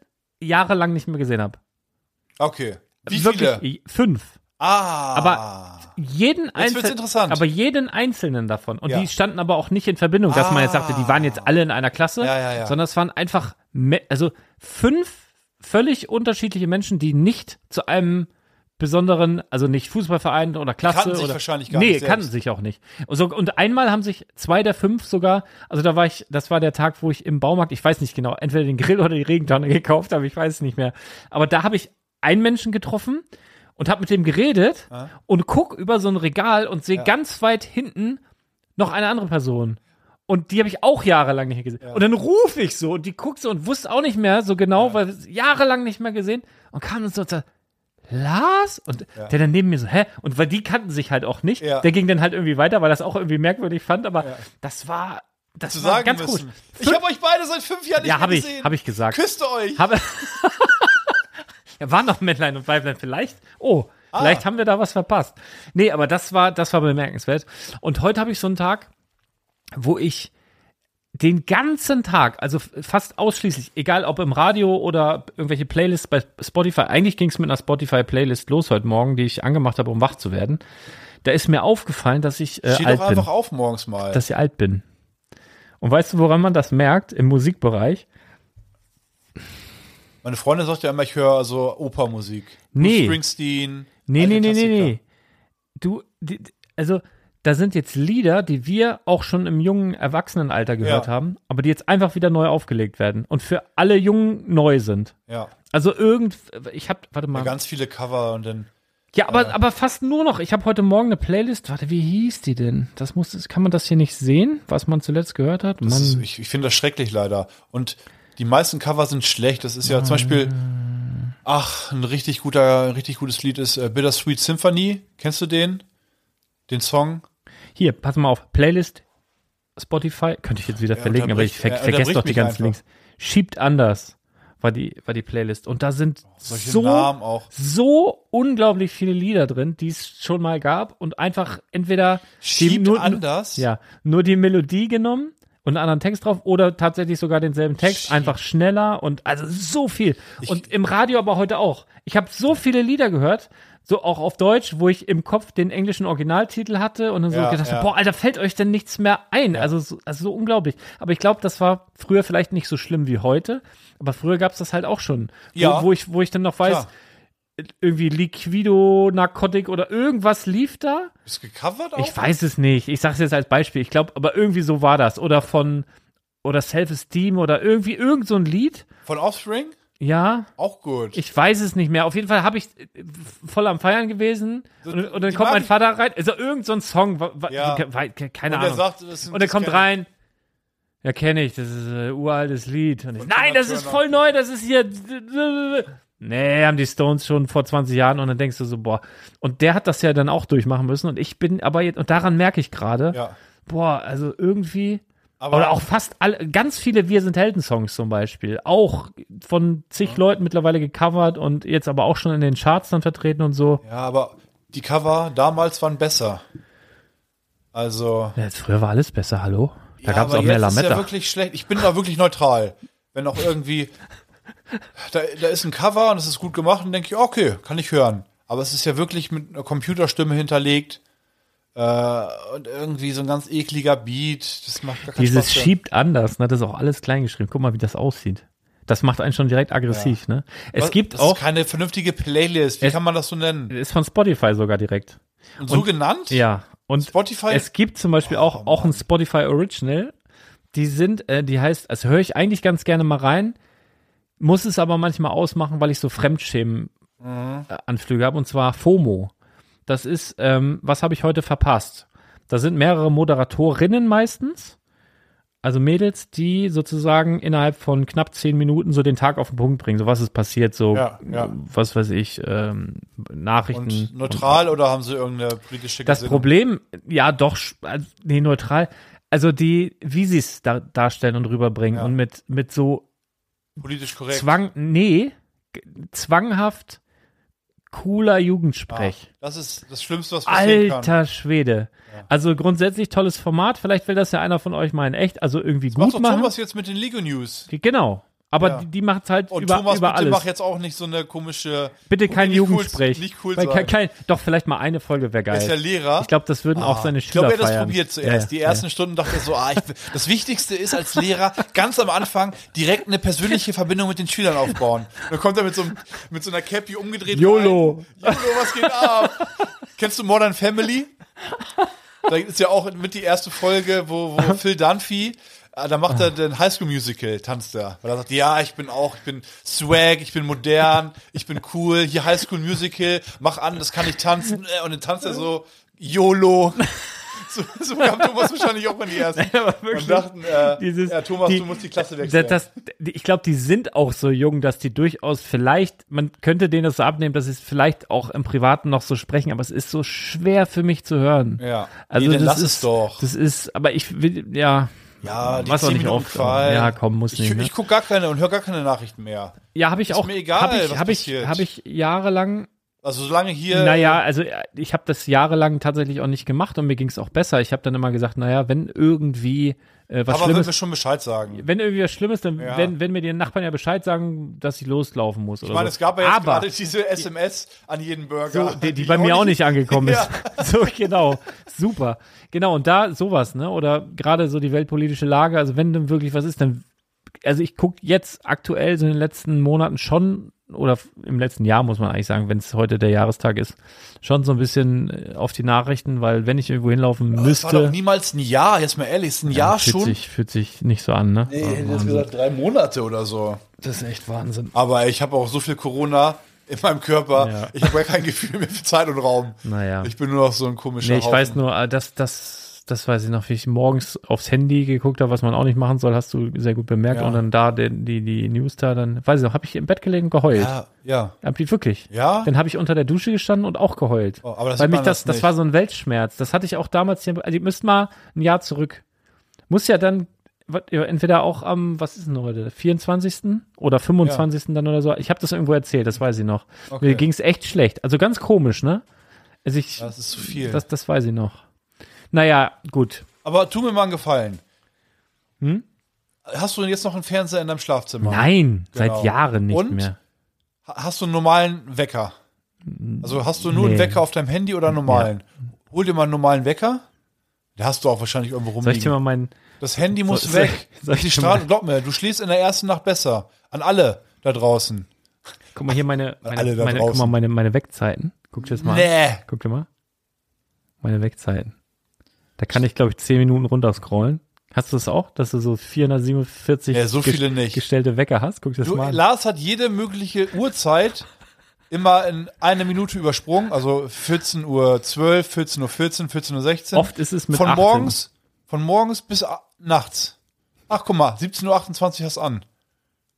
Speaker 1: Jahre lang nicht mehr gesehen habe.
Speaker 2: Okay. Wie
Speaker 1: wirklich
Speaker 2: viele?
Speaker 1: i- fünf.
Speaker 2: Ah.
Speaker 1: Aber- Jeden
Speaker 2: wird's
Speaker 1: einzelnen,
Speaker 2: interessant.
Speaker 1: aber jeden einzelnen davon. Und
Speaker 2: Ja.
Speaker 1: die standen aber auch nicht in Verbindung, dass man jetzt sagte, die waren jetzt alle in einer Klasse,
Speaker 2: Ja, ja, ja.
Speaker 1: sondern es waren einfach, me- also fünf völlig unterschiedliche Menschen, die nicht zu einem besonderen, also nicht Fußballverein oder Klasse
Speaker 2: Kannten sich
Speaker 1: oder
Speaker 2: wahrscheinlich gar
Speaker 1: nee,
Speaker 2: nicht selbst.
Speaker 1: kannten sich auch nicht. Und, so, und einmal haben sich zwei der fünf sogar, also da war ich, das war der Tag, wo ich im Baumarkt, ich weiß nicht genau, entweder den Grill oder die Regentonne gekauft habe, ich weiß es nicht mehr. Aber da habe ich einen Menschen getroffen und habe mit dem geredet und guck über so ein Regal und sehe ganz weit hinten noch eine andere Person. Und die habe ich auch jahrelang nicht mehr gesehen. Und dann rufe ich so und die guckt so und wusste auch nicht mehr so genau, weil wir es jahrelang nicht mehr gesehen und kam uns so und sagte, Lars? Und der dann neben mir so, hä? Und weil die kannten sich halt auch nicht.
Speaker 2: Ja.
Speaker 1: Der ging dann halt irgendwie weiter, weil das auch irgendwie merkwürdig fand, aber das war, das
Speaker 2: zu
Speaker 1: war
Speaker 2: sagen
Speaker 1: ganz
Speaker 2: müssen.
Speaker 1: komisch.
Speaker 2: Ich habe euch beide seit fünf Jahren nicht
Speaker 1: Ja,
Speaker 2: mehr
Speaker 1: habe
Speaker 2: gesehen.
Speaker 1: ich, hab ich gesagt.
Speaker 2: Küsste euch.
Speaker 1: Habe. ja, waren noch Männlein und Weiblein. Vielleicht. Oh,
Speaker 2: Ah.
Speaker 1: vielleicht haben wir da was verpasst. Nee, aber das war, das war bemerkenswert. Und heute habe ich so einen Tag, wo ich den ganzen Tag, also f- fast ausschließlich, egal ob im Radio oder irgendwelche Playlists bei Spotify, eigentlich ging es mit einer Spotify-Playlist los heute Morgen, die ich angemacht habe, um wach zu werden. Da ist mir aufgefallen, dass ich äh,
Speaker 2: Steh
Speaker 1: alt
Speaker 2: doch
Speaker 1: bin
Speaker 2: einfach auf morgens mal.
Speaker 1: dass ich alt bin. Und weißt du, woran man das merkt im Musikbereich?
Speaker 2: Meine Freundin sagt ja immer, ich höre so Opermusik. Bruce
Speaker 1: Nee.
Speaker 2: Springsteen.
Speaker 1: Nee,
Speaker 2: alte
Speaker 1: nee, nee, nee,
Speaker 2: Klassiker.
Speaker 1: nee. Du, die, die- also da sind jetzt Lieder, die wir auch schon im jungen Erwachsenenalter gehört
Speaker 2: Ja.
Speaker 1: haben, aber die jetzt einfach wieder neu aufgelegt werden und für alle Jungen neu sind.
Speaker 2: Ja.
Speaker 1: Also irgend, ich habe, warte mal.
Speaker 2: ja. Ganz viele Cover und dann.
Speaker 1: Ja, aber, aber fast nur noch. Ich habe heute Morgen eine Playlist. Warte, wie hieß die denn? Das muss, kann man das hier nicht sehen, was man zuletzt gehört hat?
Speaker 2: Das ist,
Speaker 1: Mann,
Speaker 2: ich ich finde das schrecklich leider. Und die meisten Cover sind schlecht. Das ist ja zum Beispiel, ach, ein richtig guter, ein richtig gutes Lied ist äh, Bittersweet Symphony. Kennst du den? Den Song?
Speaker 1: hier, pass mal auf. Playlist, Spotify, könnte ich jetzt wieder verlinken, aber
Speaker 2: unterbrich-
Speaker 1: ich ver
Speaker 2: ja,
Speaker 1: vergesse
Speaker 2: unterbrich
Speaker 1: doch die
Speaker 2: mich
Speaker 1: ganzen
Speaker 2: einfach.
Speaker 1: Links. Schiebt anders war die, war die Playlist. Und da sind
Speaker 2: Solche
Speaker 1: so,
Speaker 2: Namen auch.
Speaker 1: so unglaublich viele Lieder drin, die es schon mal gab und einfach entweder die,
Speaker 2: Schiebt
Speaker 1: nur,
Speaker 2: anders.
Speaker 1: Ja, nur die Melodie genommen und einen anderen Text drauf oder tatsächlich sogar denselben Text,
Speaker 2: Shit.
Speaker 1: einfach schneller und also so viel. und im Radio aber heute auch. Ich habe so viele Lieder gehört, so auch auf Deutsch, wo ich im Kopf den englischen Originaltitel hatte und dann so
Speaker 2: Ja,
Speaker 1: gedacht habe,
Speaker 2: ja.
Speaker 1: boah, Oh, Alter, fällt euch denn nichts mehr ein? Also, so, also so unglaublich. Aber ich glaube, das war früher vielleicht nicht so schlimm wie heute, aber früher gab es das halt auch schon. Wo,
Speaker 2: Ja.
Speaker 1: wo, ich, wo ich dann noch weiß,
Speaker 2: Klar.
Speaker 1: irgendwie Liquido, Narkotik oder irgendwas lief da.
Speaker 2: Ist gecovert auch?
Speaker 1: Ich weiß es nicht. Ich sag's jetzt als Beispiel. Ich glaube, aber irgendwie so war das. Oder von oder Self-Esteem oder irgendwie irgend so ein Lied.
Speaker 2: Von Offspring?
Speaker 1: Ja,
Speaker 2: Auch gut.
Speaker 1: ich weiß es nicht mehr. Auf jeden Fall habe ich äh, voll am Feiern gewesen und, und dann
Speaker 2: die
Speaker 1: kommt mein
Speaker 2: Mami-
Speaker 1: Vater rein. Also irgend so ein Song, wa- wa-
Speaker 2: Ja.
Speaker 1: ke- wei- ke- keine
Speaker 2: Und er
Speaker 1: Ahnung.
Speaker 2: sagt, das sind-
Speaker 1: und er
Speaker 2: das
Speaker 1: kommt
Speaker 2: kenn ich.
Speaker 1: rein. Ja, kenne ich. Das ist ein uraltes Lied. Und ich,
Speaker 2: Von
Speaker 1: nein,
Speaker 2: Tina
Speaker 1: das ist
Speaker 2: Turner.
Speaker 1: voll neu. Das ist hier. Nee, haben die Stones schon vor 20 Jahren und dann denkst du so, boah. Und der hat das ja dann auch durchmachen müssen und ich bin aber jetzt, und daran merke ich gerade,
Speaker 2: ja.
Speaker 1: Boah, also irgendwie.
Speaker 2: Aber-
Speaker 1: oder auch fast alle, ganz viele Wir sind Helden-Songs zum Beispiel. Auch von zig Leuten mittlerweile gecovert und jetzt aber auch schon in den Charts dann vertreten und so.
Speaker 2: ja, aber die Cover damals waren besser. Also.
Speaker 1: Ja, jetzt früher war alles besser, hallo? Da
Speaker 2: Ja,
Speaker 1: gab es
Speaker 2: aber
Speaker 1: auch mehr
Speaker 2: jetzt Ist ja
Speaker 1: Lametta.
Speaker 2: wirklich schlecht. Ich bin da wirklich neutral. Wenn auch irgendwie da, da ist ein Cover und es ist gut gemacht, dann denke ich, okay, kann ich hören. Aber es ist ja wirklich mit einer Computerstimme hinterlegt äh, und irgendwie so ein ganz ekliger Beat. Das macht gar keinen
Speaker 1: Dieses
Speaker 2: Spaß.
Speaker 1: schiebt anders, ne? Das ist auch alles kleingeschrieben. Guck mal, wie das aussieht. Das macht einen schon direkt aggressiv, ne? Es
Speaker 2: Was-
Speaker 1: gibt
Speaker 2: das
Speaker 1: auch,
Speaker 2: ist keine vernünftige Playlist. Wie
Speaker 1: Es-
Speaker 2: kann man das so nennen?
Speaker 1: ist von Spotify sogar direkt.
Speaker 2: Und so genannt?
Speaker 1: Ja. Und
Speaker 2: Spotify?
Speaker 1: Es gibt zum Beispiel auch, auch ein Spotify Original. Die sind, äh, die heißt, also höre ich eigentlich ganz gerne mal rein, muss es aber manchmal ausmachen, weil ich so Fremdschämen-Anflüge habe, und zwar FOMO. Das ist, ähm, was habe ich heute verpasst? Da sind mehrere Moderatorinnen meistens, also Mädels, die sozusagen innerhalb von knapp zehn Minuten so den Tag auf den Punkt bringen. So was ist passiert, so
Speaker 2: Ja, ja.
Speaker 1: was weiß ich, ähm, Nachrichten.
Speaker 2: und neutral oder haben sie irgendeine politische
Speaker 1: Das
Speaker 2: Gesinnung?
Speaker 1: Problem, ja, doch, sch- also, nee, neutral. Also die, wie sie es da, darstellen und rüberbringen
Speaker 2: Ja.
Speaker 1: und mit, mit so
Speaker 2: Politisch korrekt.
Speaker 1: Zwang, nee, g- zwanghaft cooler
Speaker 2: ja.
Speaker 1: Jugendsprech.
Speaker 2: Das ist Ah, das Schlimmste, was passieren kann.
Speaker 1: Alter Schwede. Also grundsätzlich tolles Format. Vielleicht will das ja einer von euch mal in echt, also irgendwie
Speaker 2: Mach
Speaker 1: gut
Speaker 2: doch
Speaker 1: machen.
Speaker 2: Thomas jetzt mit den Lego News.
Speaker 1: Genau. Aber
Speaker 2: Ja.
Speaker 1: die, die macht halt
Speaker 2: Und
Speaker 1: über,
Speaker 2: Thomas,
Speaker 1: über
Speaker 2: bitte
Speaker 1: alles.
Speaker 2: mach jetzt auch nicht so eine komische.
Speaker 1: bitte
Speaker 2: Okay,
Speaker 1: kein
Speaker 2: nicht cool-
Speaker 1: Jugendsprech.
Speaker 2: nicht cool
Speaker 1: Weil
Speaker 2: sein.
Speaker 1: Kein, doch, vielleicht mal eine Folge wäre
Speaker 2: Er ist ja
Speaker 1: geil.
Speaker 2: Lehrer.
Speaker 1: Ich glaube, das würden auch seine
Speaker 2: ich
Speaker 1: Schüler
Speaker 2: glaube, er hat das
Speaker 1: feiern.
Speaker 2: probiert zuerst.
Speaker 1: Ja,
Speaker 2: Die
Speaker 1: ja.
Speaker 2: ersten Stunden dachte er so, ah, ich, das Wichtigste ist als Lehrer ganz am Anfang direkt eine persönliche Verbindung mit den Schülern aufbauen. Dann kommt er mit so, einem- mit so einer Cappy umgedreht.
Speaker 1: YOLO.
Speaker 2: Rein. YOLO, was geht ab? Kennst du Modern Family? Da ist ja auch mit die erste Folge, wo, wo Phil Dunphy, äh, da macht er den Highschool Musical, tanzt er. Weil er sagt, ja, ich bin auch, ich bin swag, ich bin modern, ich bin cool, hier Highschool Musical, mach an, das kann ich tanzen. Äh, Und dann tanzt er so, YOLO. So, so kam Thomas wahrscheinlich auch in die ersten. und dachten, äh,
Speaker 1: Dieses-
Speaker 2: ja, Thomas,
Speaker 1: die-
Speaker 2: du musst die Klasse
Speaker 1: Da-
Speaker 2: wechseln.
Speaker 1: Das, die- ich glaube, die sind auch so jung, dass die durchaus vielleicht, man könnte denen das so abnehmen, dass sie es vielleicht auch im Privaten noch so sprechen, aber es ist so schwer für mich zu hören.
Speaker 2: ja,
Speaker 1: Also
Speaker 2: nee, dann
Speaker 1: das
Speaker 2: lass
Speaker 1: ist,
Speaker 2: es doch.
Speaker 1: Das ist, aber ich will, ja,
Speaker 2: ja, die
Speaker 1: was auch
Speaker 2: 10
Speaker 1: nicht
Speaker 2: Minuten
Speaker 1: oft, aber-
Speaker 2: Qual.
Speaker 1: ja, komm, muss
Speaker 2: ich,
Speaker 1: nicht, ne?
Speaker 2: Ich guck gar keine und höre gar keine Nachrichten mehr.
Speaker 1: ja, habe ich auch,
Speaker 2: mir egal,
Speaker 1: habe ich,
Speaker 2: was
Speaker 1: habe ich,
Speaker 2: passiert.
Speaker 1: habe ich jahrelang,
Speaker 2: Also solange hier
Speaker 1: naja, also äh, ich habe das jahrelang tatsächlich auch nicht gemacht und mir ging es auch besser. Ich habe dann immer gesagt, naja, wenn irgendwie äh, was
Speaker 2: Aber
Speaker 1: Schlimmes
Speaker 2: wenn wir schon Bescheid sagen.
Speaker 1: wenn irgendwie was Schlimmes, dann
Speaker 2: Ja.
Speaker 1: werden, werden mir die Nachbarn ja Bescheid sagen, dass ich loslaufen muss. Oder
Speaker 2: Ich meine,
Speaker 1: so.
Speaker 2: es gab ja jetzt
Speaker 1: also Aber
Speaker 2: gerade diese SMS an jeden Burger.
Speaker 1: so, die, die bei mir auch nicht angekommen ist. So, genau. Super. Genau, und da sowas, ne? Oder gerade so die weltpolitische Lage, also wenn dann wirklich was ist, dann, also ich gucke jetzt aktuell so in den letzten Monaten schon oder f- im letzten Jahr, muss man eigentlich sagen, wenn es heute der Jahrestag ist, schon so ein bisschen äh, auf die Nachrichten, weil wenn ich irgendwo hinlaufen
Speaker 2: Das war doch
Speaker 1: müsste,
Speaker 2: niemals ein Jahr, jetzt mal ehrlich, ist ein Jahr
Speaker 1: fühlt,
Speaker 2: schon.
Speaker 1: sich, fühlt sich nicht so an, ne?
Speaker 2: Nee,
Speaker 1: Aber
Speaker 2: hätte ich jetzt
Speaker 1: Wahnsinn.
Speaker 2: gesagt, drei Monate oder so.
Speaker 1: das ist echt Wahnsinn.
Speaker 2: Aber ich habe auch so viel Corona in meinem Körper.
Speaker 1: Ja.
Speaker 2: Ich habe gar kein Gefühl mehr für Zeit und Raum.
Speaker 1: Naja.
Speaker 2: Ich bin nur noch so ein komischer
Speaker 1: Nee, ich
Speaker 2: Haufen.
Speaker 1: weiß nur, äh, das, das, das weiß ich noch, wie ich morgens aufs Handy geguckt habe, was man auch nicht machen soll, hast du sehr gut bemerkt.
Speaker 2: Ja.
Speaker 1: Und dann da den, die, die News da, dann weiß ich noch, habe ich im Bett gelegen und geheult.
Speaker 2: Ja, ja.
Speaker 1: Hab ich wirklich.
Speaker 2: Ja?
Speaker 1: Dann habe ich unter der Dusche gestanden und auch geheult.
Speaker 2: Oh, aber
Speaker 1: Genau. Weil
Speaker 2: das sieht
Speaker 1: mich
Speaker 2: man
Speaker 1: das,
Speaker 2: das
Speaker 1: das
Speaker 2: nicht.
Speaker 1: war so ein Weltschmerz. Das hatte ich auch damals hier. Also ihr müsst mal ein Jahr zurück. Muss ja dann was- ja, entweder auch am, was ist denn heute, 24. oder 25. dann oder so. Ich habe das irgendwo erzählt, das weiß ich noch.
Speaker 2: Okay.
Speaker 1: Mir ging es echt schlecht. Also ganz komisch, ne? Also ich,
Speaker 2: Das ist zu viel.
Speaker 1: das, das weiß ich noch. Naja, gut.
Speaker 2: Aber tu mir mal einen Gefallen. Hast du denn jetzt noch einen Fernseher in deinem Schlafzimmer?
Speaker 1: Hm? Nein,
Speaker 2: Genau.
Speaker 1: seit Jahren nicht
Speaker 2: Und?
Speaker 1: mehr.
Speaker 2: Ha- Hast du einen normalen Wecker? Also hast du nur einen
Speaker 1: Nee.
Speaker 2: Wecker auf deinem Handy oder einen normalen? Hol dir mal einen normalen Wecker. Da hast du auch wahrscheinlich irgendwo
Speaker 1: Soll ich dir
Speaker 2: rumliegen.
Speaker 1: mal meinen.
Speaker 2: Das Handy muss
Speaker 1: Soll-
Speaker 2: weg.
Speaker 1: soll- soll
Speaker 2: die
Speaker 1: ich dir
Speaker 2: Strahlung, glaub mir, du schläfst in der ersten Nacht besser. An alle da draußen.
Speaker 1: Guck mal hier meine,
Speaker 2: Alle
Speaker 1: meine,
Speaker 2: da
Speaker 1: meine, guck mal
Speaker 2: draußen.
Speaker 1: meine, meine Wegzeiten. Guck dir das mal an.
Speaker 2: Nee.
Speaker 1: Guck dir mal. Meine Wegzeiten. Da kann ich, glaube ich, 10 Minuten runterscrollen. Hast du das auch, dass du so 447
Speaker 2: Ja, so
Speaker 1: ges-
Speaker 2: viele nicht.
Speaker 1: gestellte Wecker hast? Guck dir das
Speaker 2: Du,
Speaker 1: mal an.
Speaker 2: Lars hat jede mögliche Uhrzeit immer in eine Minute übersprungen. Also 14 Uhr 12, 14 Uhr 14, 14 Uhr 16.
Speaker 1: Oft ist es mit
Speaker 2: von
Speaker 1: 18.
Speaker 2: morgens, von morgens bis a- nachts. Ach, guck mal, 17.28 Uhr hast du an.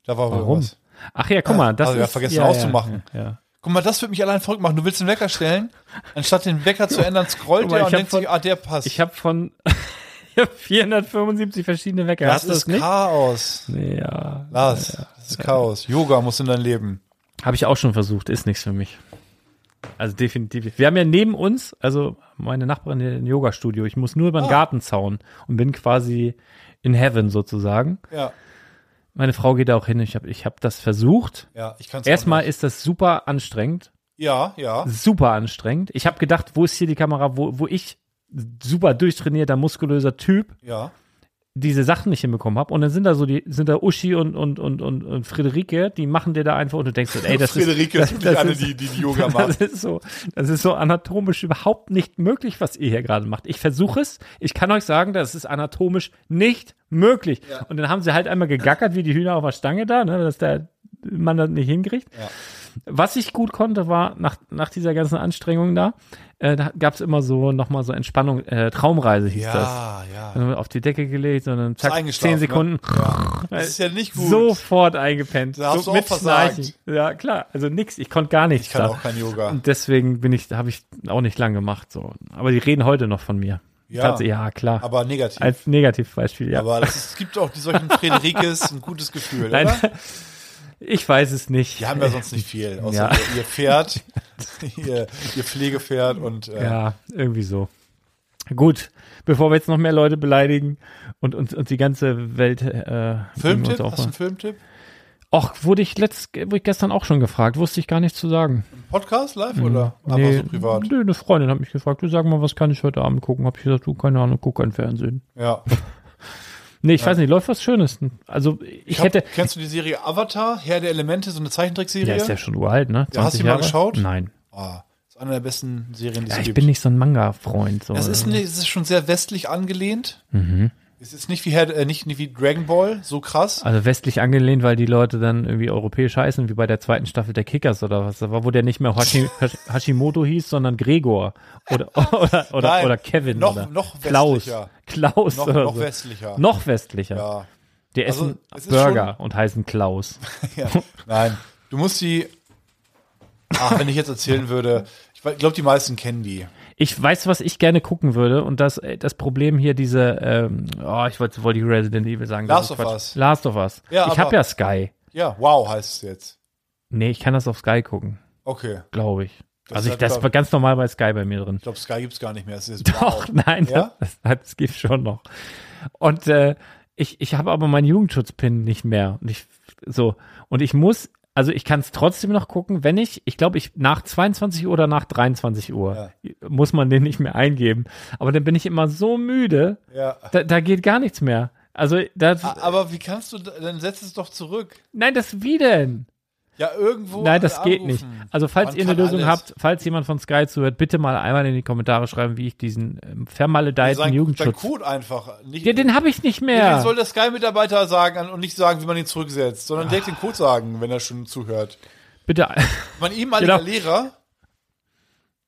Speaker 2: Da war wohl
Speaker 1: Warum?
Speaker 2: was.
Speaker 1: Ach ja, guck mal, das
Speaker 2: Also,
Speaker 1: ist.
Speaker 2: ja, vergessen auszumachen.
Speaker 1: Ja, ja.
Speaker 2: Guck mal, das wird mich allein verrückt machen. Du willst den Wecker stellen, anstatt den Wecker zu ändern, scrollt
Speaker 1: Guck mal, ich
Speaker 2: der und
Speaker 1: hab
Speaker 2: denkt
Speaker 1: von-
Speaker 2: sich, ah, der passt.
Speaker 1: Ich habe von ich hab 475 verschiedene Wecker.
Speaker 2: das
Speaker 1: hast du das
Speaker 2: ist
Speaker 1: nicht?
Speaker 2: Chaos.
Speaker 1: Nee, ja.
Speaker 2: Lars, das ist Chaos. Yoga muss in dein Leben.
Speaker 1: Habe ich auch schon versucht, ist nichts für mich. Also definitiv. Wir haben ja neben uns, also meine Nachbarin hat ein Yoga-Studio. Ich muss nur über den Gartenzaun und bin quasi in Heaven sozusagen.
Speaker 2: Ja,
Speaker 1: Meine Frau geht da auch hin. Ich habe ich hab das versucht.
Speaker 2: ja, ich kann es
Speaker 1: Erstmal ist das super anstrengend.
Speaker 2: Ja, ja.
Speaker 1: Super anstrengend. Ich habe gedacht, wo ist hier die Kamera, wo, wo ich super durchtrainierter, muskulöser Typ
Speaker 2: Ja.
Speaker 1: diese Sachen nicht hinbekommen habe. Und dann sind da so die, sind da Uschi und, und, und, und, und Friederike, die machen dir da einfach und du denkst, ey, das ist.
Speaker 2: Friederike ist wirklich eine, die- die Yoga macht.
Speaker 1: Das ist, so, das ist so anatomisch überhaupt nicht möglich, was ihr hier gerade macht. Ich versuche es. Ich kann euch sagen, das ist anatomisch nicht möglich. Und dann haben sie halt einmal gegackert wie die Hühner auf der Stange da, ne, dass der Mann das nicht hinkriegt. Was ich gut konnte, war nach, nach dieser ganzen Anstrengung da, äh, da gab es immer so nochmal so Entspannung, äh, Traumreise hieß das.
Speaker 2: Ja, ja.
Speaker 1: Also auf die Decke gelegt und dann zack,
Speaker 2: eingeschlafen,
Speaker 1: zehn Sekunden
Speaker 2: Das ist ja nicht gut.
Speaker 1: sofort eingepennt.
Speaker 2: Da
Speaker 1: so
Speaker 2: hast du auch
Speaker 1: mit
Speaker 2: versagt.
Speaker 1: Schnarchen. Ja, klar. Also nix. Ich konnte gar nichts.
Speaker 2: Ich kann
Speaker 1: da.
Speaker 2: auch kein Yoga.
Speaker 1: Und deswegen bin ich, habe ich auch nicht lang gemacht. So. Aber die reden heute noch von mir.
Speaker 2: Ja.
Speaker 1: Ganz- ja klar.
Speaker 2: Aber negativ.
Speaker 1: Als Negativbeispiel, ja.
Speaker 2: Aber das ist, es gibt auch die solchen Frederikes ein gutes Gefühl,
Speaker 1: Nein,
Speaker 2: oder?
Speaker 1: ich weiß es nicht.
Speaker 2: Die haben ja sonst nicht viel, außer
Speaker 1: Ja.
Speaker 2: ihr- ihr Pferd, ihr, ihr Pflegepferd und äh,
Speaker 1: Ja, irgendwie so. Gut, bevor wir jetzt noch mehr Leute beleidigen und uns und die ganze Welt äh, uns
Speaker 2: Filmtipp? Hast du einen
Speaker 1: aufmachen.
Speaker 2: Filmtipp?
Speaker 1: Och, wurde ich letzt, wurde ich gestern auch schon gefragt, wusste ich gar nichts zu sagen.
Speaker 2: Podcast live oder einfach so privat?
Speaker 1: Mhm. Nee, eine Freundin hat mich gefragt, du sag mal, was kann ich heute Abend gucken? Hab ich gesagt, du, keine Ahnung, guck kein Fernsehen.
Speaker 2: Ja.
Speaker 1: Nee, ich weiß nicht, läuft was Schönes. Also ich,
Speaker 2: Ich hab,
Speaker 1: hätte.
Speaker 2: kennst du die Serie Avatar, Herr der Elemente, so eine Zeichentrickserie?
Speaker 1: Der ist ja schon uralt, ne?
Speaker 2: Ja, hast
Speaker 1: 20
Speaker 2: du die mal
Speaker 1: Jahre?
Speaker 2: geschaut?
Speaker 1: Nein.
Speaker 2: Ah, ist eine der besten Serien, die es
Speaker 1: Ja, ich
Speaker 2: gibt.
Speaker 1: bin nicht so ein Manga-Freund. So. ne?
Speaker 2: es, ist nicht, es ist schon sehr westlich angelehnt.
Speaker 1: Mhm.
Speaker 2: Es ist nicht wie, Herr, äh, nicht, nicht wie Dragon Ball, so krass.
Speaker 1: also westlich angelehnt, weil die Leute dann irgendwie europäisch heißen, wie bei der zweiten Staffel der Kickers oder was. Da war, wo der nicht mehr Hashi, Hash- Hashimoto hieß, sondern Gregor. Oder, oder, oder,
Speaker 2: Nein,
Speaker 1: oder Kevin.
Speaker 2: noch-
Speaker 1: oder
Speaker 2: noch
Speaker 1: Klaus.
Speaker 2: westlicher.
Speaker 1: Klaus
Speaker 2: Noch,
Speaker 1: oder
Speaker 2: noch
Speaker 1: so.
Speaker 2: westlicher.
Speaker 1: Noch westlicher.
Speaker 2: Ja.
Speaker 1: Die
Speaker 2: Also,
Speaker 1: essen
Speaker 2: es ist
Speaker 1: Burger und heißen Klaus.
Speaker 2: Ja. Nein, du musst die. Ach, wenn ich jetzt erzählen würde, ich glaube, die meisten kennen die.
Speaker 1: Ich weiß, was ich gerne gucken würde und das, äh, das Problem hier, diese, ähm, oh, ich wollte wollte die Resident Evil sagen. das ist
Speaker 2: Last of
Speaker 1: Quatsch.
Speaker 2: Us.
Speaker 1: Last of Us.
Speaker 2: Ja,
Speaker 1: ich
Speaker 2: aber-
Speaker 1: habe ja Sky.
Speaker 2: Ja, wow heißt es jetzt.
Speaker 1: Nee, ich kann das auf Sky gucken,
Speaker 2: Okay.
Speaker 1: glaube ich.
Speaker 2: Das halt
Speaker 1: also ich,
Speaker 2: hat
Speaker 1: das
Speaker 2: doch-
Speaker 1: war ganz normal bei Sky bei mir drin.
Speaker 2: Ich glaube, Sky gibt's gar nicht mehr. Es ist
Speaker 1: Doch,
Speaker 2: wow.
Speaker 1: nein,
Speaker 2: Oh. Ja?
Speaker 1: das, das gibt schon noch. Und äh, ich, ich habe aber meinen Jugendschutzpin nicht mehr. Und ich, so. Und ich muss, also ich kann es trotzdem noch gucken, wenn ich, ich glaube, ich nach 22 Uhr oder nach 23 Uhr muss man den nicht mehr eingeben. Aber dann bin ich immer so müde,
Speaker 2: Ja.
Speaker 1: da, da geht gar nichts mehr. Also, das,
Speaker 2: Ah. A- Aber wie kannst du, da- dann setz es doch zurück.
Speaker 1: nein, das wie denn?
Speaker 2: Ja, irgendwo.
Speaker 1: Nein, das geht nicht.
Speaker 2: anrufen.
Speaker 1: Also falls
Speaker 2: Man
Speaker 1: ihr eine
Speaker 2: kann
Speaker 1: Lösung
Speaker 2: alles.
Speaker 1: habt, falls jemand von Sky zuhört, bitte mal einmal in die Kommentare schreiben, wie ich diesen ähm, vermaledeiten
Speaker 2: Sein, sein
Speaker 1: Jugendschutz.
Speaker 2: Code einfach. Nicht,
Speaker 1: Ja, den habe ich nicht
Speaker 2: Nee,
Speaker 1: mehr.
Speaker 2: den soll der Sky-Mitarbeiter sagen und nicht sagen, wie man ihn zurücksetzt, sondern direkt den Code sagen, wenn er schon zuhört.
Speaker 1: bitte.
Speaker 2: Mein ehemaliger
Speaker 1: Genau.
Speaker 2: Lehrer,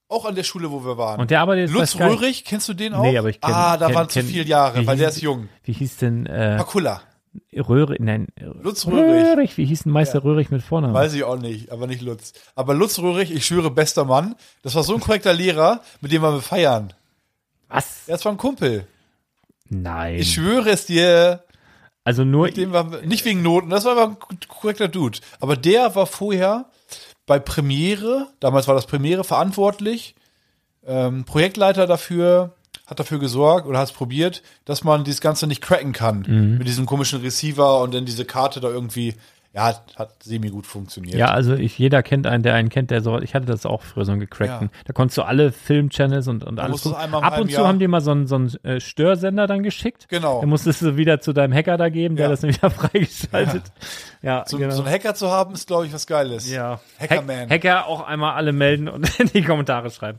Speaker 2: auch an der Schule, wo wir waren.
Speaker 1: Und der arbeitet jetzt bei
Speaker 2: Lutz
Speaker 1: Sky.
Speaker 2: Röhrig, kennst du den auch?
Speaker 1: Nee, aber ich kenn-
Speaker 2: Ah, da
Speaker 1: kenn-
Speaker 2: waren
Speaker 1: kenn-
Speaker 2: zu viele Jahre,
Speaker 1: wie
Speaker 2: weil der
Speaker 1: hieß-
Speaker 2: ist jung.
Speaker 1: Wie hieß denn äh,
Speaker 2: Pakulla.
Speaker 1: Röhrig? Nein,
Speaker 2: Lutz Röhrig.
Speaker 1: Röhrig. Wie hieß denn Meister Röhrig mit Vornamen?
Speaker 2: Weiß ich auch nicht, aber nicht Lutz. Aber Lutz Röhrig, ich schwöre, bester Mann. Das war so ein korrekter Lehrer, mit dem wir feiern.
Speaker 1: Was?
Speaker 2: Er ist zwar ein Kumpel.
Speaker 1: Nein.
Speaker 2: Ich schwöre es dir.
Speaker 1: also nur
Speaker 2: Mit dem waren wir, nicht wegen Noten, das war aber ein korrekter Dude. Aber der war vorher bei Premiere, damals war das Premiere verantwortlich, ähm, Projektleiter dafür, hat dafür gesorgt oder hat es probiert, dass man dieses Ganze nicht cracken kann.
Speaker 1: Mhm.
Speaker 2: Mit diesem komischen Receiver und dann diese Karte da irgendwie. Ja, hat, hat semi gut funktioniert.
Speaker 1: Ja, also ich, jeder kennt einen, der einen kennt, der so, ich hatte das auch früher, so einen gecrackten. Da konntest du alle Filmchannels und, und alles.
Speaker 2: musstest
Speaker 1: gucken.
Speaker 2: einmal im
Speaker 1: Ab
Speaker 2: halben
Speaker 1: und zu
Speaker 2: Jahr-
Speaker 1: haben die mal so einen, so einen äh, Störsender dann geschickt.
Speaker 2: Genau.
Speaker 1: Dann musstest du wieder zu deinem Hacker da geben, der
Speaker 2: Ja.
Speaker 1: das dann wieder freigeschaltet. Ja,
Speaker 2: So,
Speaker 1: genau.
Speaker 2: so einen Hacker zu haben, ist, glaube ich, was Geiles.
Speaker 1: ja. Hack-
Speaker 2: Hackerman.
Speaker 1: Hacker auch einmal alle melden und in die Kommentare schreiben.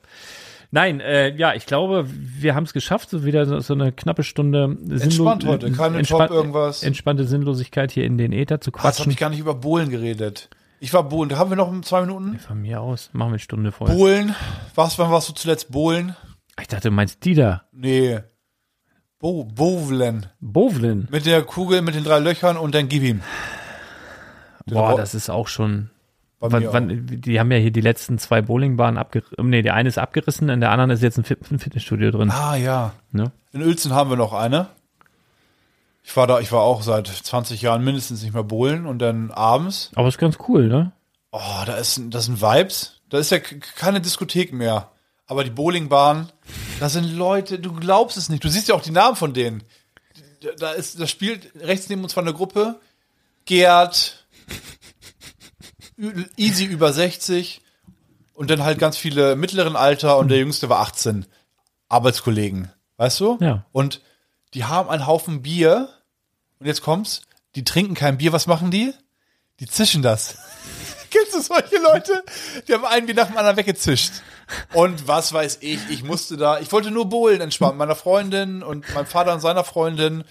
Speaker 1: Nein, äh, ja, ich glaube, wir haben es geschafft, so wieder so, so eine knappe Stunde
Speaker 2: Entspannt
Speaker 1: sinnlo-
Speaker 2: heute, keine
Speaker 1: entspan-
Speaker 2: Top irgendwas.
Speaker 1: entspannte Sinnlosigkeit hier in den Äther zu
Speaker 2: Jetzt habe
Speaker 1: quatschen.
Speaker 2: ich gar nicht über Bohlen geredet. Ich war Bohlen. Haben wir noch zwei Minuten?
Speaker 1: Von mir aus, machen wir eine Stunde voll.
Speaker 2: Bohlen. Was, wann warst du zuletzt Bohlen?
Speaker 1: Ah, ich dachte, du meinst die da.
Speaker 2: Nee. Bo Bovlen.
Speaker 1: Bovlin.
Speaker 2: Mit der Kugel, mit den drei Löchern und dann gib ihm.
Speaker 1: Boah,
Speaker 2: Boah.
Speaker 1: das ist auch schon.
Speaker 2: Bei
Speaker 1: Wann,
Speaker 2: mir auch.
Speaker 1: wann, die haben ja hier die letzten zwei Bowlingbahnen abgerissen. Nee, der eine ist abgerissen, in der anderen ist jetzt ein Fit- ein Fitnessstudio drin.
Speaker 2: Ah ja.
Speaker 1: Ne?
Speaker 2: In Uelzen haben wir noch eine. Ich war da, ich war auch seit 20 Jahren mindestens nicht mehr Bohlen und dann abends.
Speaker 1: Aber ist ganz cool, ne?
Speaker 2: Oh, da ist ein- das sind Vibes. Da ist ja k- keine Diskothek mehr. Aber die Bowlingbahn, da sind Leute, du glaubst es nicht. Du siehst ja auch die Namen von denen. Da- Da ist, das spielt rechts neben uns war eine Gruppe. Gerd, Ü- Easy über 60 und dann halt ganz viele mittleren Alter und der jüngste war 18. Arbeitskollegen, weißt du?
Speaker 1: Ja.
Speaker 2: Und die haben einen Haufen Bier und jetzt kommt's, die trinken kein Bier, was machen die? Die zischen das. Kennst du solche Leute? Die haben einen wie nach dem anderen weggezischt. Und was weiß ich, ich musste da, ich wollte nur bohlen entspannt, meiner Freundin und meinem Vater und seiner Freundin.